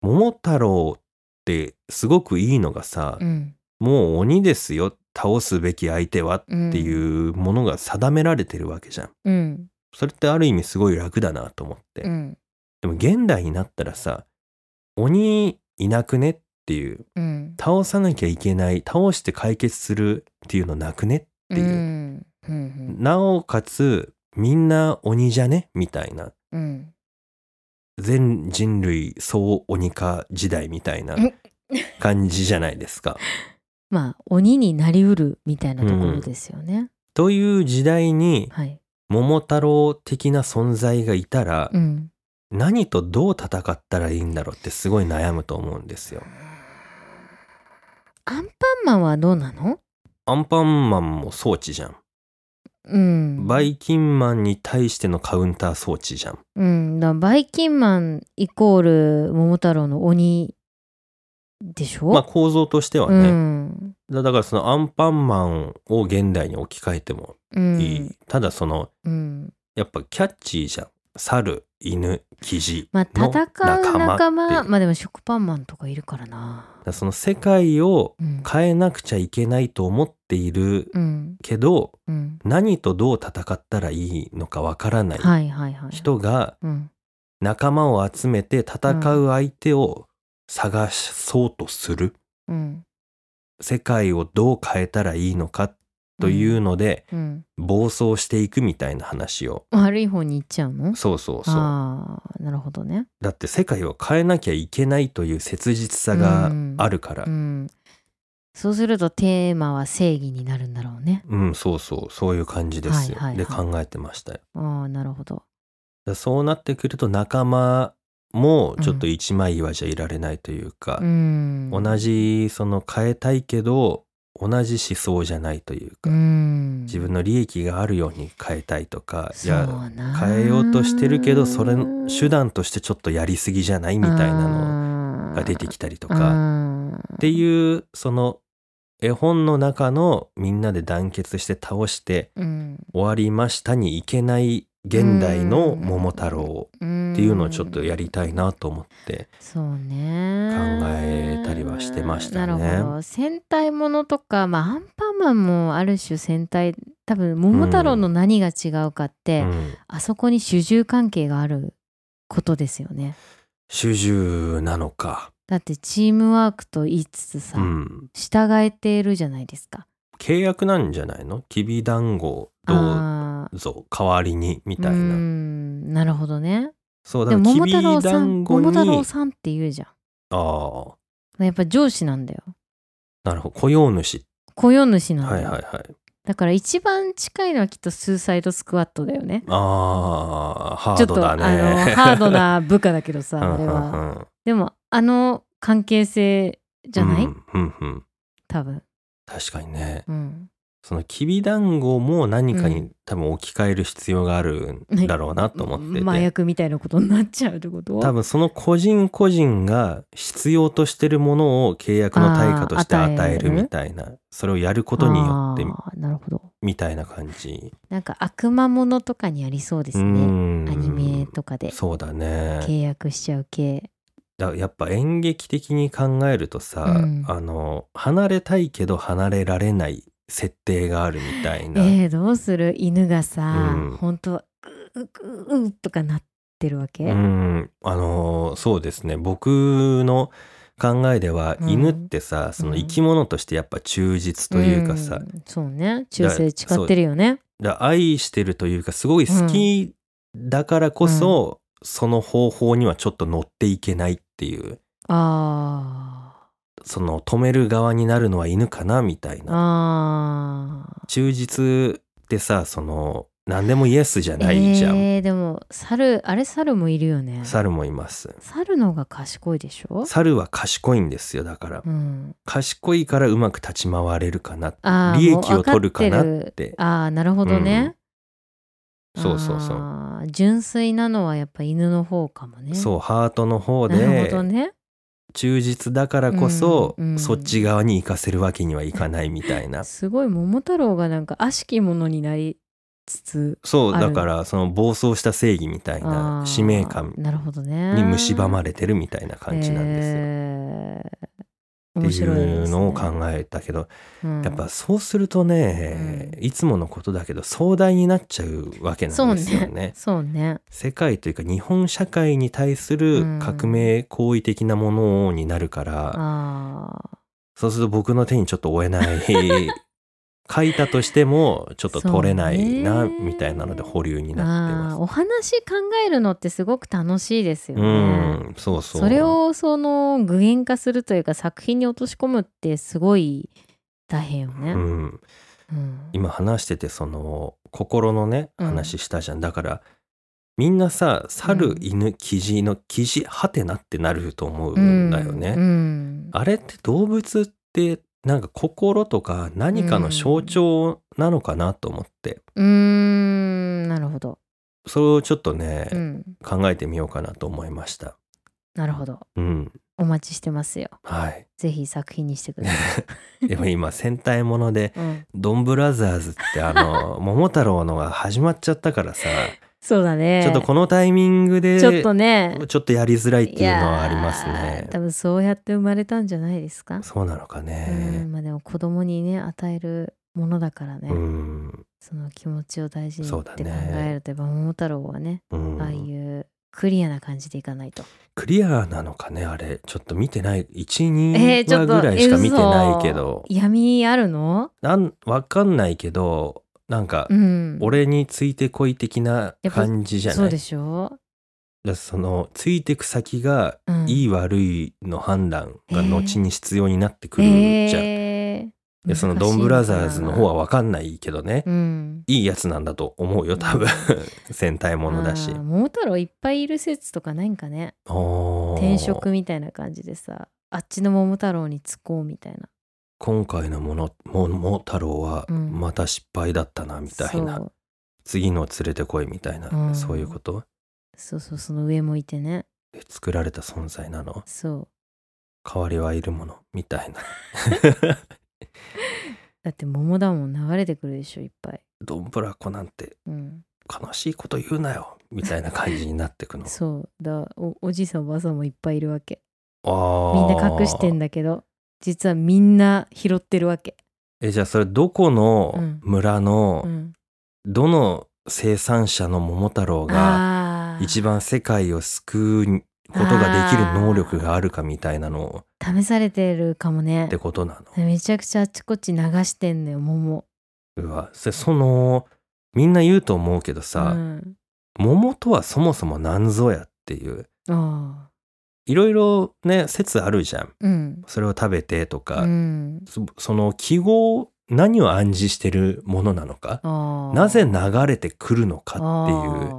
桃太郎ってすごくいいのがさ、
うん
もう鬼ですよ倒すべき相手はっ
って
いうものが定められてるわけじゃん。
うん
それってある意味すごい楽だなと思って。
うん
でも現代になったらさ鬼いなくねっていう
うん
倒さなきゃいけない倒して解決するっていうのなくねっていうう、
んうん
なおかつみんな鬼じゃねみたいな
うん
全人類総鬼化時代みたいな
うん
感じじゃないですか。
まあ鬼になりうるみたいなところですよね、
という時代に
はい
桃太郎的な存在がいたら、
うん
何とどう戦ったらいいんだろうってすごい悩むと思うんですよ。
アンパンマンはどうなの
アンパンマンも装置じゃん。
うん
バイキンマンに対してのカウンター装置じゃん。
うんだからバイキンマンイコール桃太郎の鬼でしょ
まあ構造としては
う
ね、
ん
だだからそのアンパンマンを現代に置き換えても
うん
いい。ただその
うん
やっぱキャッチーじゃん。猿、犬、キジ
まあ
の
戦う仲間
仲間っていうだか
まあでも食パンマンとかいるからな
らその世界を
うん
変えなくちゃいけないと思っている
うん
けど、
うん
何とどう戦ったらいいのかわからない
はいはいはい
人が
うん
仲間を集めて戦う相手を探そうとする、
うん
世界をどう変えたらいいのかというので、
うん
暴走していくみたいな話を
悪い方に行っちゃうの
そうそうそう
ああなるほどね
だって世界を変えなきゃいけないという切実さがあるから
う、んそうするとテーマは正義になるんだろうね
うん、そうそうそういう感じですよ、
はいはいはい
で考えてましたよだか
ああなるほど
らそうなってくると仲間もちょっと一枚岩じゃいられないというか、
うん
同じその変えたいけど同じ思想じゃないというか、
うん
自分の利益があるように変えたいとかいや
そうな
変えようとしてるけどそれの手
段
段としてちょっとやりすぎじゃないみたいなのが出て
き
きたりと
た
かっていうその絵本の中のみんなで団結して倒して終わりましたにいけない現代の桃太郎っていうのをちょっとやりたいなと思って
そうね
考えたりはしてましたね
なるほど戦隊ものとか、まあ、アンパンマンもある種戦隊多分桃太郎の何が違うかって、
うん
あそこに主従関係があることですよね
主従なのか、
だってチームワークと言いつつさ、
うん、
従えているじゃないですか。
契約なんじゃないのきびだんごど
あー
うぞ代わりにみたいう
ー
な。
んなるほどね。
そうだ
で
か
も
らき
桃
び
太郎さ
だ
ん
んご
桃
に
太郎さんって言うじゃ
ああ
ん。やっぱ上司なんだよ。
なるほど雇用主、
雇用主なんだよ。
はいはいはい
だから一番近いのはきっとスーサイドスクワットだよね。
ああハ
ちょっ
ード
と
だ
あの
ね
ハードな部下だけど
う
さあ
ん
れ
うん
は。
うん
でもあの関係性じゃない、
うんうんうん
多分。
確かにね
うん。
そのきびだんごも何かに、
う
多分置き換える必要があるん だろうなと思ってて、
麻薬みたいなことになっちゃうってこと
多分その個人個人が必要としてるものを契約の対価として
あー
与え
与
る
える
みたいなそれをやることによって
あーなるほど。
みたいな感じ
なんか悪魔ものとかにありそうです
う
ね。
ん
アニメとかで
そうだね
契約しちゃう系。
だやっぱ演劇的に考えるとさ、
うん
あの離れたいけど離れられない設定があるみたいな、
えー、どうする犬がさ、
うん
本当はううううとかなってるわけ、
うんあのそうですね僕の考えでは、
うん
犬ってさその生き物としてやっぱ忠実というかさ、
んそうね忠誠誓ってるよね
だ愛してるというかすごい好きだからこそ、その方法にはちょっと乗っていけないっていう
あ
その止める側になるのは犬かなみたい
ー
な
あ
忠実ってさその何でもイエスじゃ
ー
ないじゃん、
えーでも猿あれ猿もいるよね
猿もいます
猿の方が賢いでしょ、
猿は賢いんですよだから
うん、
賢いからうまく立ち回れるかな
あー
利益
もう
を取るかな
わ
っ
かって
て
ああなるほどね、
そうそうそう
あー純粋なのはやっぱ犬の方かもね
そうハートの方
なるほ
で
どね
忠実だからこそ、
うんうん
そっち側に行かせるわけにはいかないみたいな
すごい桃太郎がなんか悪しきものになりつつ
そう
ある
だからその暴走した正義みたいな
あー
使命感
なるほどね
に蝕ま
れ
れてるみたいな感じなんですよ、
えー、面
って
白い
い
で
う
す、ね、
のを考えたけど
うん
やっぱそうするとね、
う
いつものことだけど壮大になっちゃうわけなんですよね。
そうね
世界というか日本社会に対する革命行為的なものになるから、
ああ
そうすると僕の手にちょっと負えない 書いたとしてもちょっと取れないな、
そうね
みたいなので保留に
あ
なって
ー
ま
お話考えるのってすごく楽しいです
す。
よ
う
ね、
ん、そうそう。
それをその具現化するというか作品に落とし込むってすごい大変よね、
うん、
うん
今話しててその心のね
うん
話したじゃん、だからみんな
う
さ猿
ん
犬キジのキジハテナってなると思うんだよね、
うん
あれって動物ってなんか心とか何かの象徴なのかなと思って、
うーんなるほど、
それをちょっとね、
うん、
考えてみようかなと思いました
なるほど
うん
お待ちしてますよ
はい
ぜひ作品にしてください、
でも今戦隊もので
うん、
ドンブラザーズってあの桃太郎のが始まっちゃっ たからさ、
そうだね
ちょっとこのタイミングで
ちょっとね
ちょっとやりづらいっていうのはあります
いや
ね
ー。多分そうやって生まれたんじゃないですか。
そうなのか
う
ね。
んまあでも子供にね与えるものだからね、
うん。
その気持ちを大事に
そう
っ
だ
て
ね
考えるとやっぱ桃太郎はね、
うん
ああいうクリアな感じでいかないと。
クリアなのかねあれちょっと見てない
えー、
12
ちょ
話
っと
ぐらいしか見てないけど、
え嘘闇あるの？
なんわかんないけどなんか
うん。
俺についてこい的な感じじゃ
そ
な
う
い
でしょ。
だそのついてく先が
うん、
い
い
い悪いの判断が後に必要になってくるじゃん。
えー、
でそのドンブラザーズの方
は、
はわかんないけどね、
うん、
いいやつなんだと思うよ多分 戦隊ものだし
あ。ー桃太郎いっぱいいる説とかないんかね。
おー
転職みたいな感じでさあっちの桃太郎につこうみたいな
今回のもの「桃太郎」は
うん
また失敗だったなみたいな、
そう
次の連れてこいみたいな、
うん
そういうこと
そうそうその上向いてね
で作られた存在なの
そう
代わりはいるものみたいな
だって桃だもん流れてくるでしょいっぱい、
ドンブラコなんて
うん、
悲しいこと言うなよみたいな感じになってくの
そうだおおじいさんおばあさんもいっぱいいるわけ
あ
みんな隠してん
だ
だけど実はみんな拾ってるわけ、
えじゃあそれどこ
う
の
ん
村の、
うん、
どの生産者の桃太郎が
ああ
一番世界を救うことができる能力があるかみたいなの
試されてるかもね
ってことなの
めちゃくちゃあちこち流してんのよ桃
うわそれそのみんな言うと思うけどさ、
うん、
桃とはそもそも何ぞやっていう
ああ
いろいろね説あるじゃん
うん
それを食べてとか、
うん
そその記号何を暗示してるものなのか
ああ
なぜ流れてくるのかっていう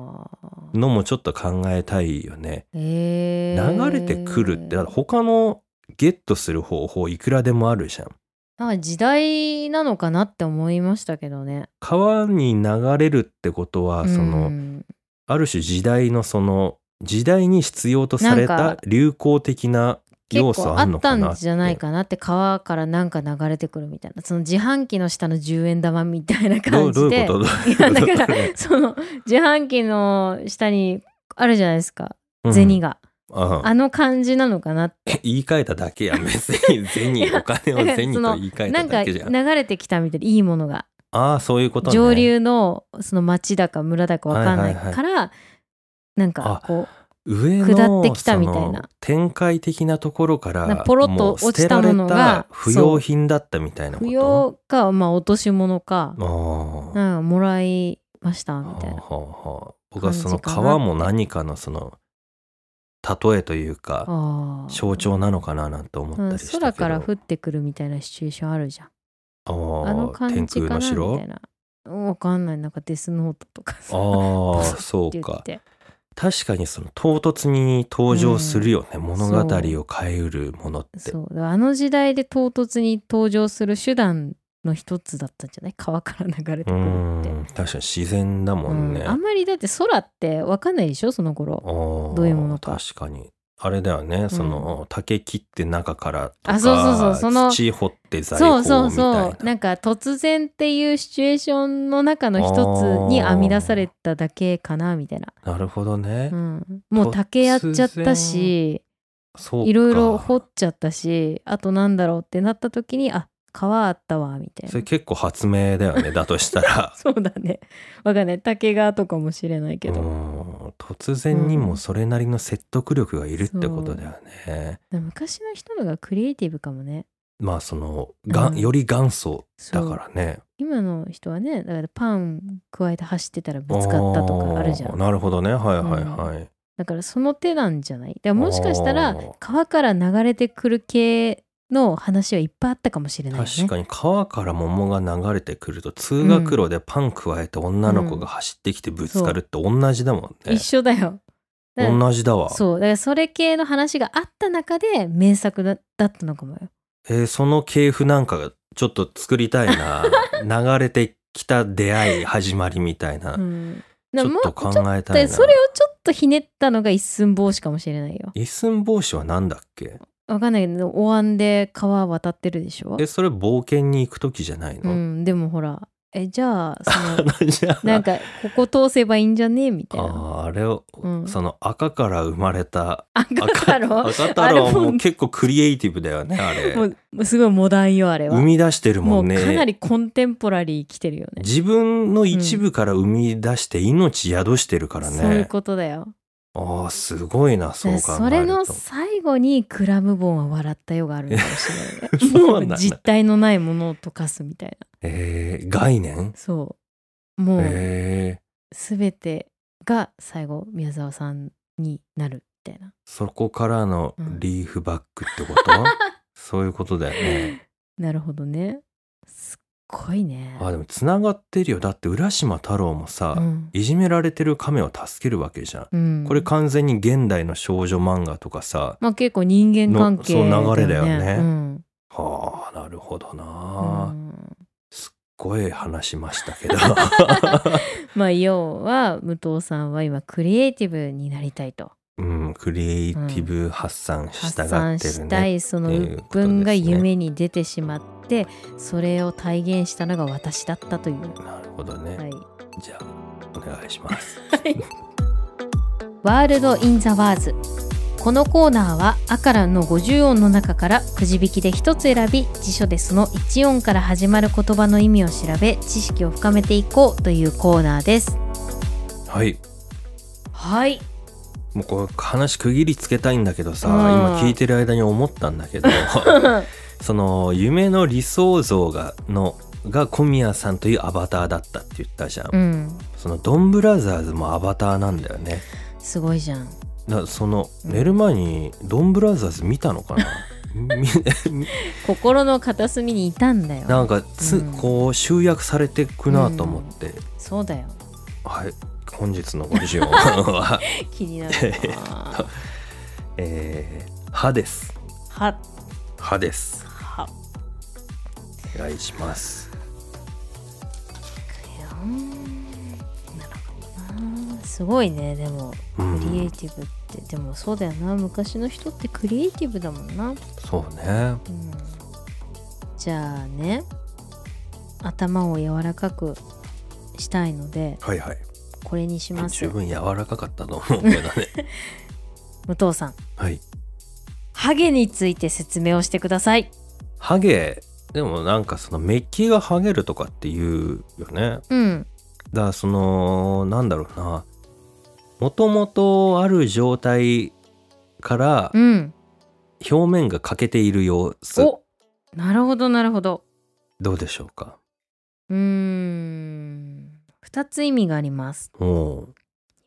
う
のもちょっと考えたいよね。
えー、
流れてくるってだから他のゲットする方法いくらでもあるじゃん。
なんか時代なのかなって思いましたけどね。
川に流れるってことはその、
うん
ある種時代のその時代に必要とされ
な
た
んか
流行的な要
結
素
構
あ
あ
ん
っ
の
た
かなって
んじゃないかなって川からなんか流れてくるみたいなその自販機の下の10円玉みたいな
ど
感
うど
じ
う
で
いうことどうい う
いや
こと
だからその自販機の下にあるじゃないですか銭、が、
うんうん
あの感じなのかなって
言い換えただけやん別 に
い
銭
や
お金を銭と言い換え
な
た
んか
だけ
流
じゃん
れてきたみたいでいいものが、
ああそういうことね
上流のその町だか村だかわかんない
はいはいはい
から、なんかこ
上の
下ってきたみたいな
その展開的なところから
なんかポロッと
もう捨てられ
落ちたものが
不要品だったみたいな
う
こと
不要かまあ落とし物か
ああ
なんかもらいましたみたい
は
な。
あはあはあ僕はその
感じかな
川も何かのその例えというか
あー
象徴なのかななんて思っ
う
た
ん
りしたけど、
空から降ってくるみたいなシチュエーションあるじゃん。
あ
あの
ー
感
天
じ
空
かな
の
み
城
たいな。わかんないなんかデスノートとかさ。
ああ
パスって
そう
言っ
か
て
確かにその唐突に登場するよね、物語
そ
を変えうるものって
そうだからあの時代で唐突に登場する手段の一つだったんじゃない川から流れて
う
くるって。
ん確かに自然だもんね、
うんあんまりだって空って分かんないでしょその頃
ど
どういうものか
確かにあれだよね、その竹切って中からとか
あそうそうそうその
土掘って財
そ
宝
う
みたい
そ
な
うそうなんか突然っていうシチュエーションの中の一つに編み出されただけかなみたいな、
なるほどね、
うん、もう竹やっちゃったし
そうか
いろいろ掘っちゃったしあとなんだろうってなった時にあ川あったわみたい
それ
な
結構発明だよねだとした ら
そうだねわかんない竹がとかもしれないけ
う
ど
ん突然にもそれなりの説得力がいるってことだよね、
昔の人のがクリエイティブかもね
まあそのが、
うん
より元祖
そ
だ
う
からね
今の人はねだからパン加えて走ってたらぶつかったとかあるじゃ
あー
ん
なるほどねはいはいはい、
だからその手なんじゃないだからもしかしたら
あー
川から流れてくる系の話はいっぱいあったかもしれないよね
確かに川から桃が流れてくると通学路でパン加えて女の子が走ってきてぶつかるって同じだもんね
一、緒だよだから
同じだわ
そうだからそれ系の話があった中で名作だだったのかもよ
えーその系譜なんかがちょっと作りたい な流れてきた出会い始まりみたいな、
うん、
ち
な
ょ
もう
っと考
ちょっ
えたい
と
な
それをちょっとひねったのが一寸法師かもしれないよ
一寸法師はなんだっけ
わかんないけどお椀で川渡ってるでしょ
えそれ冒険に行く時じゃないの、
うんでもほらえじゃあ その
じゃあ
なんかここ通せばいいんじゃねみたい
あ
な
ーあれを、
うん
その赤から生まれた
赤太郎
赤太郎
あれ
も
も
結構クリエイティブだよねあれ
もうもうすごいモダンよあれは
生み出してる
も
も
うん
ね
かなりコンテンポラリー来てるよね
自分の一部から生み出して命宿してるから
そういう
ね、
ことだよ
ああすごいなそう考えると
それの最後にクラムボンは笑ったようがあるのかもしれ
そう
な
な
いね
ん
も
だ
う実体のないものを溶かすみたいな
えー概念
そうもう
えー
全てが最後宮沢さんになるみたいな
そこからのリーフバックって こと、そういうことだよね
なるほどねすっごいね
あでもつながってるよだって浦島太郎もさ、
うん
いじめられてる亀を助けるわけじゃん、
うん
これ完全に現代の少女漫画とかさ
まあ結構人間関係
のそう流れだよね
うん
はあなるほど
う
な、
ん
声話しましたけ ど
まあ要は武藤さんは今クリエイティブになりたいと
うんクリエイティブ発散
発
したが
散
って
し
る
た
ね、
いその
って
鬱
いうことですね
憤が夢に出てしまってそれを体現したのが私だったという、は
なるほどね、
い、
じゃあお願いします
ワールド・イン・ザ・ワーズこのコーナーは「あ」からの50音の中からくじ引きで1つ選び辞書でその1音から始まる言葉の意味を調べ知識を深めていこうというコーナーです
はい
はい
もうこれ話区切りつけたいんだけどさ、
うん
今聞いてる間に思ったんだけどその夢の理想像がのが小宮さんというアバターだったって言ったじゃん、
うん
そのドンブラザーズもアバターなんだよね
すごいじゃん
だからその
うん
寝る前にドンブラザーズ見たの かなみ
心の片隅にいたんだよ
なんかつ、
うん
こう集約されてくなと思って、
そう だよ
はい本日のご 視聴は、
気になるな
えー、歯です
は
歯です
は
お願いします
すごいねでも
う
クリエイ
ん
ティブって、でもそうだよな昔の人ってクリエイティブだもんな、うん、
そうね
じゃあね頭を柔らかくしたいので
はいはい
これにします
十分柔らかかったと思うけどね
武藤さん
はい
ハゲについて説明をしてください
ハゲでもなんかそのメッキがハゲるとかっていうよね
うん
だからそのなんだろうなもともとある状態から
うん
表面が欠けている様子
おなるほどなるほど
どうでしょうか
うーん2つ意味があります
もう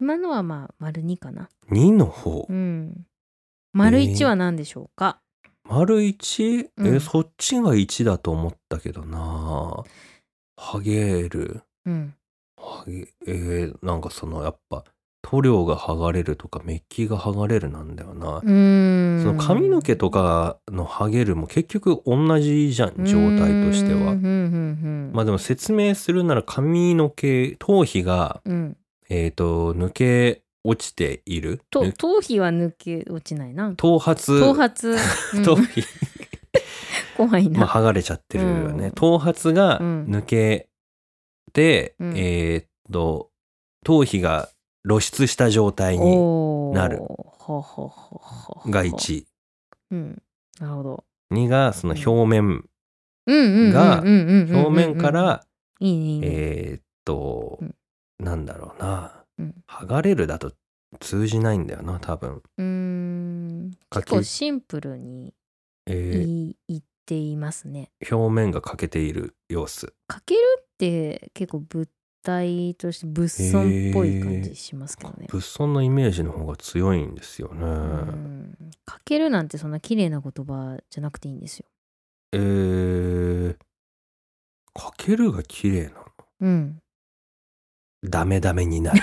今のはまあ丸2かな
2の方
うん丸
えー
1は何でしょうか、
丸1え、
うん
そっちが1だと思ったけどなハゲる
うん
はげえー、なんかそのやっぱ塗料が剥がれるとかメッキが剥がれるなんだよな、
うーん
その髪の毛とかの剥げるも結局同じじゃん状態として
うんう
は
んうんうん
まあでも説明するなら髪の毛頭皮が
うん
えっ、と抜け落ちている
と
ぬ
頭皮は抜け落ちないな
頭髪
頭髪、うん
頭皮
怖いな、
まあ剥がれちゃってるよね、
うん
頭髪が
うん
抜けて、
うん
えっ、と頭皮が露出した状態に
おー
なる
ほうほうほうほう
が1
うんなるほど
2がその表面、
うんうん
が
うんうんうんうんうん
表面から、
いいねいいね、
えーっと、
うん
なんだろうな、
うん
剥がれるだと通じないんだよな多分。
うーん
か
結構シンプルに
え
言い言っていますね
ー表面が欠けている様子
かけるって結構物体として物損っぽい感じしますけどね、
物損のイメージの方が強いんですよね。
うんかけるなんてそんな綺麗な言葉じゃなくていいんですよ。
えーかけるが綺麗なの
うん。
ダメダメに なる。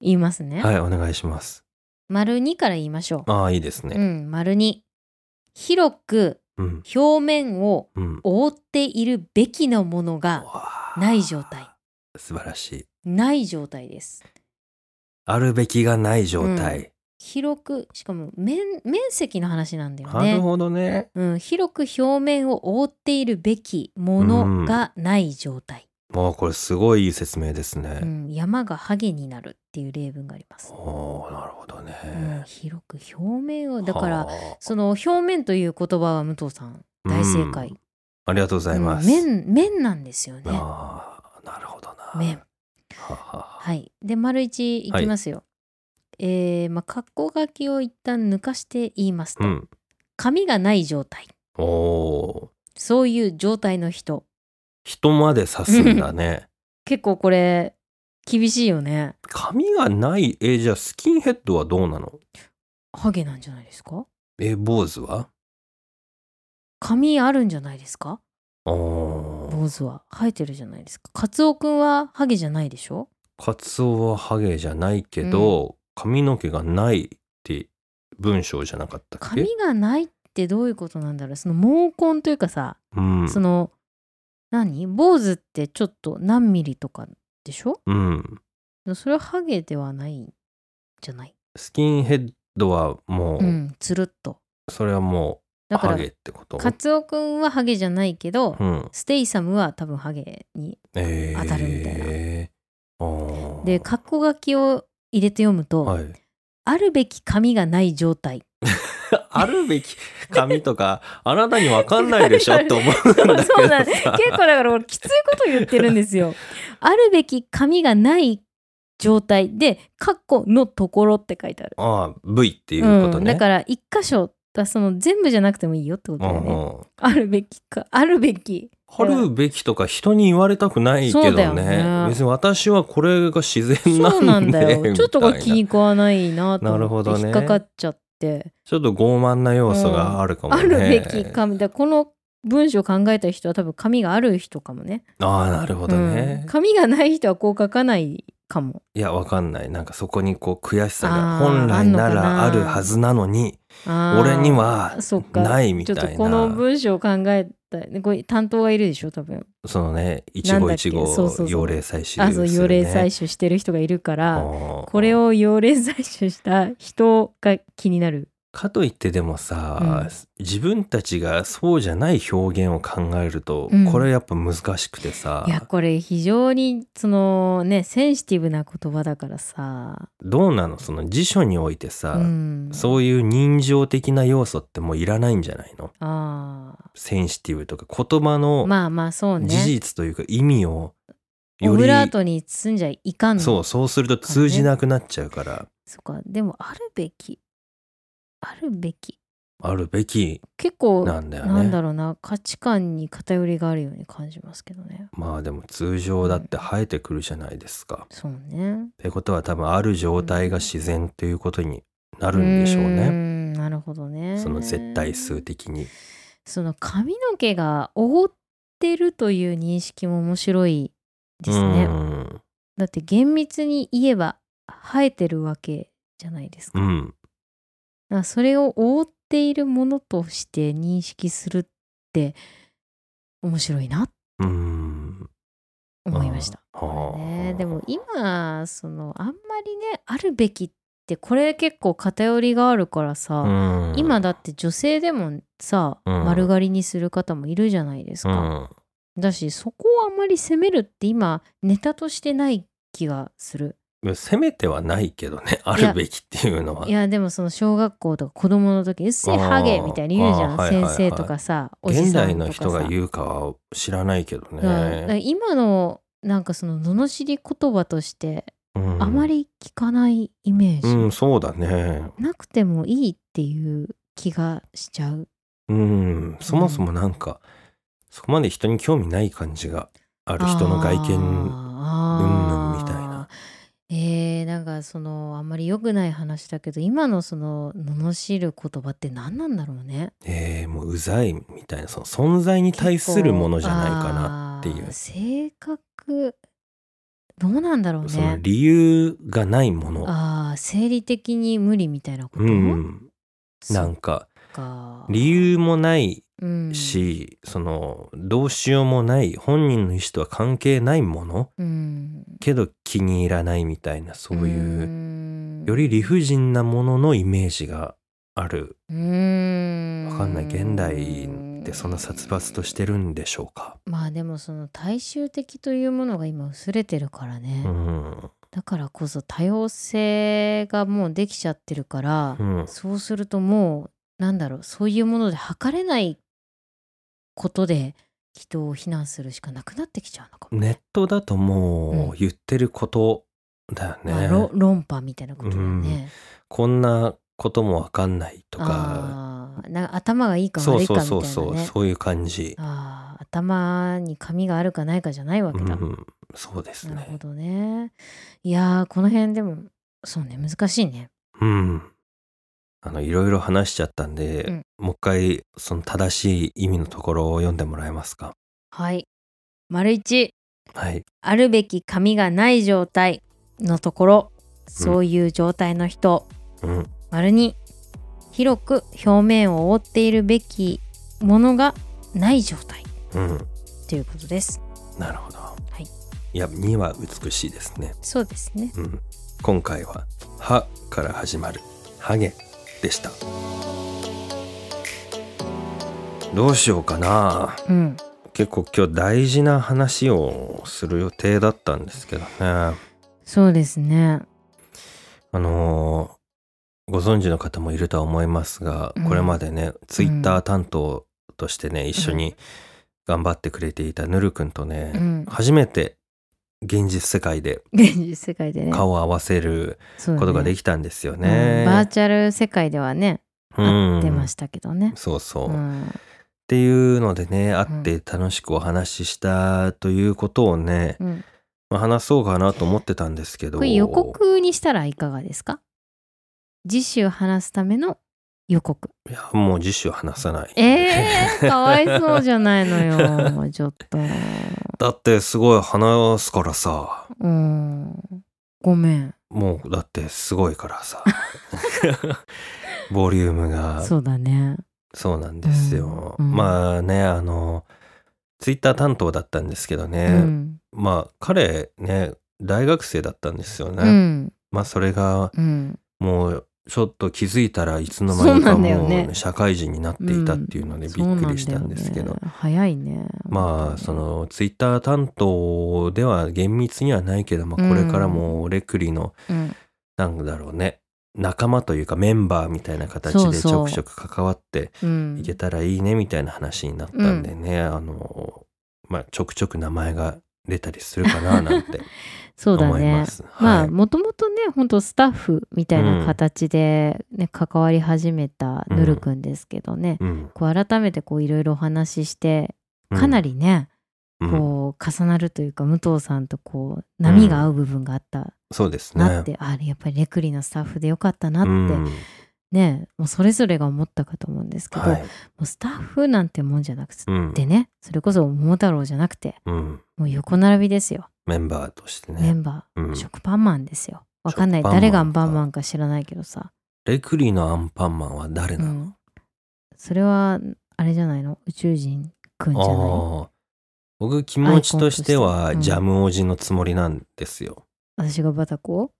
言いますね。
はいお願いします。
丸2から言いましょ
ああいいです
う。
ね。
うん、丸2。広く
うん
表面を
うん。
覆っているべきのものが
わー
ない状態。
素晴らしい。
ない状態です。
あるべきがない状態。
広く、しかも面面積の話なんだよ
なる
ね。
ほどね。
うん、広く表面を覆っているべきものがない状態、
もうこれすごいいい説明です
う
ね。
ん、山がハゲになるっていう例文があります
お、おなるほど
うん
ね。
広く表面をだから
はあ
その表面という言葉は武藤さん大正
う
解
ん。ありがとうございます。
うん面面なんですよね。
ああなるほどな。
面
はあはあ
はい。で丸一いきますよ。えーまあ括弧書きを一旦抜かして言いますと、
うん。
髪がない状態
おお
そういう状態の人
人まで刺すんだね。
結構これ厳しいよね。
髪がないえじゃあスキンヘッドはどうなの？
ハゲなんじゃないですか
え坊主は？
髪あるんじゃないですか
ああ
坊主は生えてるじゃないですか。カツオくんはハゲじゃないでしょ
カツオはハゲじゃないけど、髪の毛がないって文章じゃなかったっけ？
髪がないってってどういうことなんだろうその毛根というかさ、
うん
その何坊主ってちょっと何ミリとかでしょ
うん、
でもそれはハゲではないんじゃない
スキンヘッドはもう、
うんつるっと
それはもう
だか
ハ
ら
ゲってこと
カツオくんはハゲじゃないけど、
うん
ステイサムは多分ハゲに
えー、
当たるみたいな
あー
で括弧書きを入れて読むと、
はい、
あるべき髪がない状態
あるべき紙と かあなたにわかんないでしょって思うんだけど
そう
さ
そうなん結構だから俺きついこと言ってるんです よあるべき髪がない状態で括弧のところって書いてある
ああ V っていうこと
うん、
ね、
だから一箇所だその全部じゃなくてもいいよってことだよね、
うんうん
あるべきかあるべき
あるべきとか人に言われたくないけ
そ
ど
うだよ
ね
ね
別に私はこれが自然な
そ
ん
う
で
なんだよ
みたいな
ちょっとが気に食わないなと
なる
思
ほ
って
どね
引っかかっちゃって、
ちょっと傲慢な要素があるかも
あ
ね、
るべき紙だこの文章を考えた人は多分紙がある人かもね
ああなるほどね
うん、紙がない人はこう書かないかも
いやわかんないなんかそこにこう悔しさが
あー
本来なら
あ
あ
んのか
る
な
はずなのに
あー
俺には
そっか
ないみ
ちょ
たい
っ
な
とこの文章を考えたねこれ担当がいるでしょ多分
そのね一
なんだ
期
っけ
一
そうそうそ
会
う
幼霊採集する、ね、
あそう幼霊採取してる人がいるからこれ
を
を幼霊採取した人が気になる
かといってでもさ、自分たちがそうじゃない表現を考えると、
うん
これやっぱ難しくてさ
いやこれ非常にそのねセンシティブな言葉だからさ、
どうなのその辞書においてさ、
うん、
そういう人情的な要素ってもういらないんじゃないの
あ
センシティブとか言葉
ー
の
まあまあそうね
事実というか意味をよ
オ
り、
ブラートに包んじゃいかんの
そうそうすると通じなくなっちゃうから、
そっかでもあるべきあるべき
あるべき
結構
な
なん
だよね
んだろうな価値観に偏りがあるように感じますけどね
まあでも通常だって生えてくるじゃないですか。
そうね
ってことは多分ある状態が自然ということになるんでしょう
ー
ね。
んなるほどね
その絶対数的に。
その髪の毛が覆ってるという認識も面白いですね
うん
だって厳密に言えば生えてるわけじゃないですか,、
う
だか
ん。
らそれを覆っているものとして認識するって面白いなって
うん。
思いました
あー
これ
あ
ね
ー
でも今そのあんまりねあるべきってこれ結構偏りがあるから
う
さ、
ん、
今だって女性でもさ、
うん
丸刈りにする方もいるじゃないです
う
か、
ん、
だしそこをあんまり責めるって今ネタとしてない気がする
いやせめてはないけどねあるべきっていうのはい
やでもその小学校とか子供の時「うっせえハゲ」みたいに言うじゃ
あ
ん
ーはいはいはい
先生とかさおじ
現
さん
代
とかさ
の人が言うかは知らないけど
うんだから
ね、
今のなんかその罵り言葉として
うん
あまり聞かないイメージ、
うんそうだね
なくてもいいっていう気がしちゃう。
うんそもそもなんか、そこまで人に興味ない感じがある人の外見
あー
云々みたいな。
えー、なんかそのあんまり良くない話だけど今のその罵る言葉って何なんだろうね。
えー、もううざいみたいなその存在に対するものじゃないかな、っていう
あー性格どうなんだろう
その
ね。
理由がないもの
ああ生理的に無理みたいなこと、
うん、な
そ
ん
っ
か
か
理由もない
うん
し、そのどうしようもない本人の意思とは関係ないもの
うん、
けど気に入らないみたいなそういう
う
より理不尽なもののイメージがある
うーん
わかんない現代ってそんな殺伐としてるんでしょうか、
まあでもその大衆的というものが今薄れてるからね、
うん
だからこそ多様性がもうできちゃってるから
う、ん、
そうするともうなんだろうそういうもので測れないことで人を非難するしかなくなってきちゃうのかも、
ネットだとも
う
う言ってることだよ
まあ
ね、
ろ論破みたいなことだよね、
こんなこともわかんないとか
あーなんか頭がいいか
そう
悪いかみ
そう
たいな
そう
ね
そうそういう感じ、
あー頭に髪があるかないかじゃないわ
う
けだ、
ん、そうです
なるほ
ね
どね。いやーこの辺でもそうね難しいね。
うんあのいろいろ話しちゃったんで、
うん
もう一回その正しい意味のところを読んでもらえますか
はい。丸一
はい
あるべき髪がない状態のところそういう状態の人。
うん
丸二広く表面を覆っているべきものがない状態
うん
ということです。、
なるほど、はいいや2は美しいですね、
そうですね。
うん、今回は「は」から始まる「ハゲ」でしたどうしようかな
うん。
結構今日大事な話をする予定だったんですけどねあ
そうですね。
のーご存知の方もいるとは思いますが、
うん
これまでねツイッター担当としてね、一緒に頑張ってくれていたぬるくんとね、
うん。
初めて現実世界で
現実世界でね。
顔を合わせることがで
き
きたんですよ
たね
ね。
うんバーチャル世界ではね、会ってましたけどね
うん。そうそう、
う
っ
ん。
ていうのでね会って楽しくお話ししたということをね、
うん
まあ話そうかなと思ってたんですけど
これ予告にしたらいかがですか次週話すための予告。
いやもう次週話さない、
え ー、かわいそうじゃないのよ。ちょっと。
だってすごい話すからさ
うん。ごめん。
もうだってすごいか らさボリュームが
そうだね。
そうなんですよ、
うんうん
まあねあのツイッター担当だったんですけどね、
うん。
まあ彼ね大学生だったんですよね、
うん。
まあそれが
うん。
もうちょっと気づいたらいつの間に
そ
か
うなんだよ
も
ね
う社会人になっていたっていうのでびっくりしたんですけど、
そうなんだよね早いね
まあそのツイッター担当では厳密にはないけど、まあ、これからもレクリの
うん
なんだろうね仲間というかメンバーみたいな形
そう
でち
そう
ょくちょく関わって
うん
いけたらいいねみたいな話になったんでね、あのまあちょくちょく名前が出たりするかななんて
そうだ
思い
ね
ます。
ま
は
あ
い
もともとね本当スタッフみたいな形で、ね関わり始めたぬるくんですけどね、
うん
こう改めてこういろいろお話ししてかなりね、
うん
こう重なるというか武藤さんとこう波が合う部分があった
そうですね。
なって、あれやっぱりレクリのスタッフでよかったなって、
うん
ねもうそれぞれが思ったかと思うんですけど、
は
も
い、
うスタッフなんてもんじゃなくて
うん
でねそれこそ桃太郎じゃなくて
うん、
もう横並びですよ、
メンバーとして
メ
ね。
ンバ
う
ー、
ん、
食パンマンですよわかんない
食パンマンか
誰がアンパンマンか知らないけどさ、
レクリのアンパンマンは誰
う
なの、
ん、それはあれじゃないの宇宙人くんじゃない
ああ僕気持ちとして
アイ
は
コンとして
ジャムおじのつもりなんですよ。
私がバタコ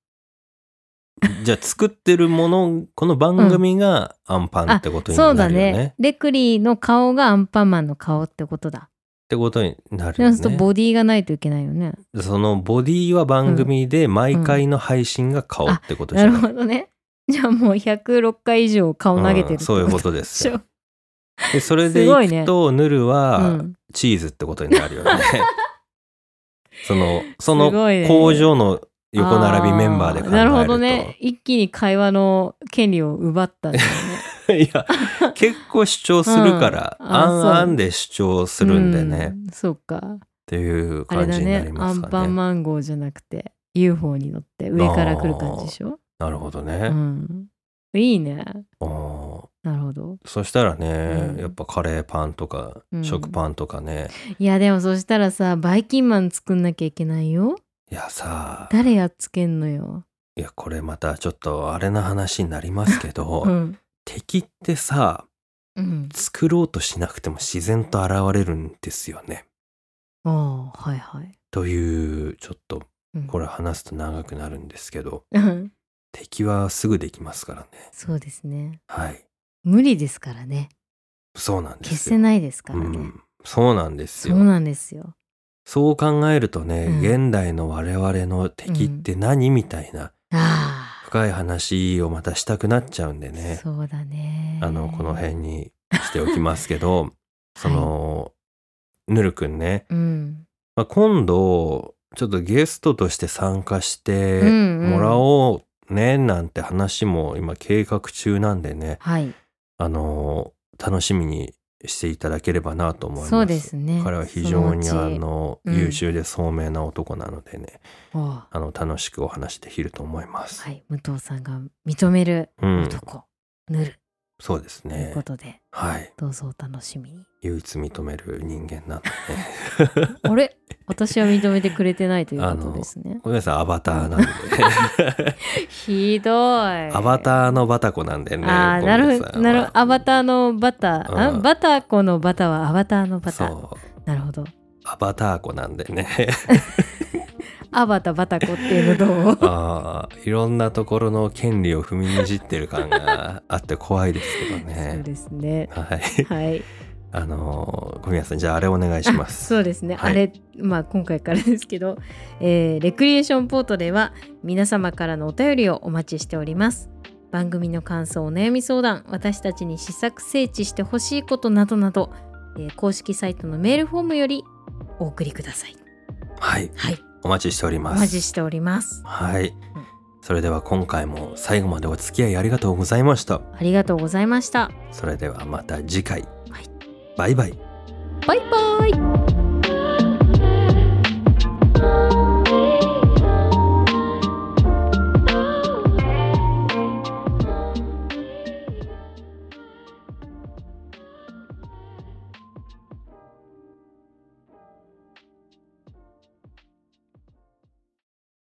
じゃあ作ってるもの この番組がアンパンってことにな
そうだ
るよね。
ねレクリーの顔がアンパンマンの顔ってことだ
ってことになる
そう
よ
すると
ね。
ボディがないといけないよね
そのボディは番組で毎回の配信が顔ってことじ
な
ゃ
る
ない、
ほどねじゃあもう106回以上顔投げてるって
うんそういうことです
でしょ
よ。 でそれです
ごい
い
ね
くと、ヌル
う
は
ん
チーズってことになる よね。そのそ
すごいね
の工場の横並びメンバーで考えると。
あなるほどね一気に会話の権利を奪ったんだよね
いや結構主張するから、
うん あ
あ
そうん
あんで主張 するんでね、っ
うんそうか
ていう
あれ
感
だ
じにな
ね
り
ア
ます
ン
か
パン
ね。
マン号じゃなくて UFO に乗って上から来る感じでしょ、
なるほど
う
ね。
ん、いいね
あー
なるほど
そしたらね、
うん
やっぱカレーパンとか、
うん
食パンとか ね
いやでもそしたらさバイキンマン作んなきゃいけないよ
いやさ
誰やっつけんのよ、
いやこれまたちょっとあれな話になりますけ ど、
うん
敵ってさ
うん、
作ろうとしなくても自然と現れるんですよね。
ああはいはい、
というちょっと
うん、
これ話すと長くなるんですけど
うん
敵はすぐできますからね。
そうですね
はい
無理ですからね
そうなんですよ
消せないですからね、
うん、そうなんです
そ
よ
うなんですよ
そう考えるとね、
うん
現代の我々の敵って何、みたいな
あ
深い話をまたしたくなっちゃうんで
あ、
ね
そうだね
あのこの辺にしておきますけ どその、ぬるくんね、
うん、
まあ、今度ちょっとゲストとして参加して
うんうん
もらおうねなんて話も今計画中なんでね
はい
あの楽しみにしていただければなと思います。
そうですね
彼は非常に
そ
あ
うち
の、
うん
優秀で聡明な男なのでね
おう
あの楽しくお話できると思います。
はい武藤さんが認める
うん、
男、塗る
そうです
という
ね
こ。とで、
はい。
どうぞお楽しみに
唯一認める人間なんで。
あれ私は認めてくれてないというこ
あ
と
の
ですね
ごめんなさい、アバタ ーなんで。
ひどい
アバターのバタコなんでね。
ああなるほどなるほどアバ
ー
ターのバターあ
うん
バタコのバタはアバターのバタ
そう。
なるほど
アバター子なんでね。
アバタバタコっていう のどう
ああ、いろんなところの権利を踏みにじってる感があって怖いですけど
そう
ね。
ですね
はい。
はい
あのー、小宮さん、じゃああれお願いしま
あ
す。
そうですね、
はい
あれまあ今回からですけど、えーレクリエーションポートでは皆様からのお便りをお待ちしております番組の感想お悩み相談私たちに試作整地してほしいことなどなど、えー公式サイトのメールフォームよりお送りください
はい。
はい
お待ちしており
お
ます。
待ちしております
はい。それでは今回も最後までお付き合いありがとうございました。
ありがとうございました
それではまた次回。
はい
バイバイ。
バイバイ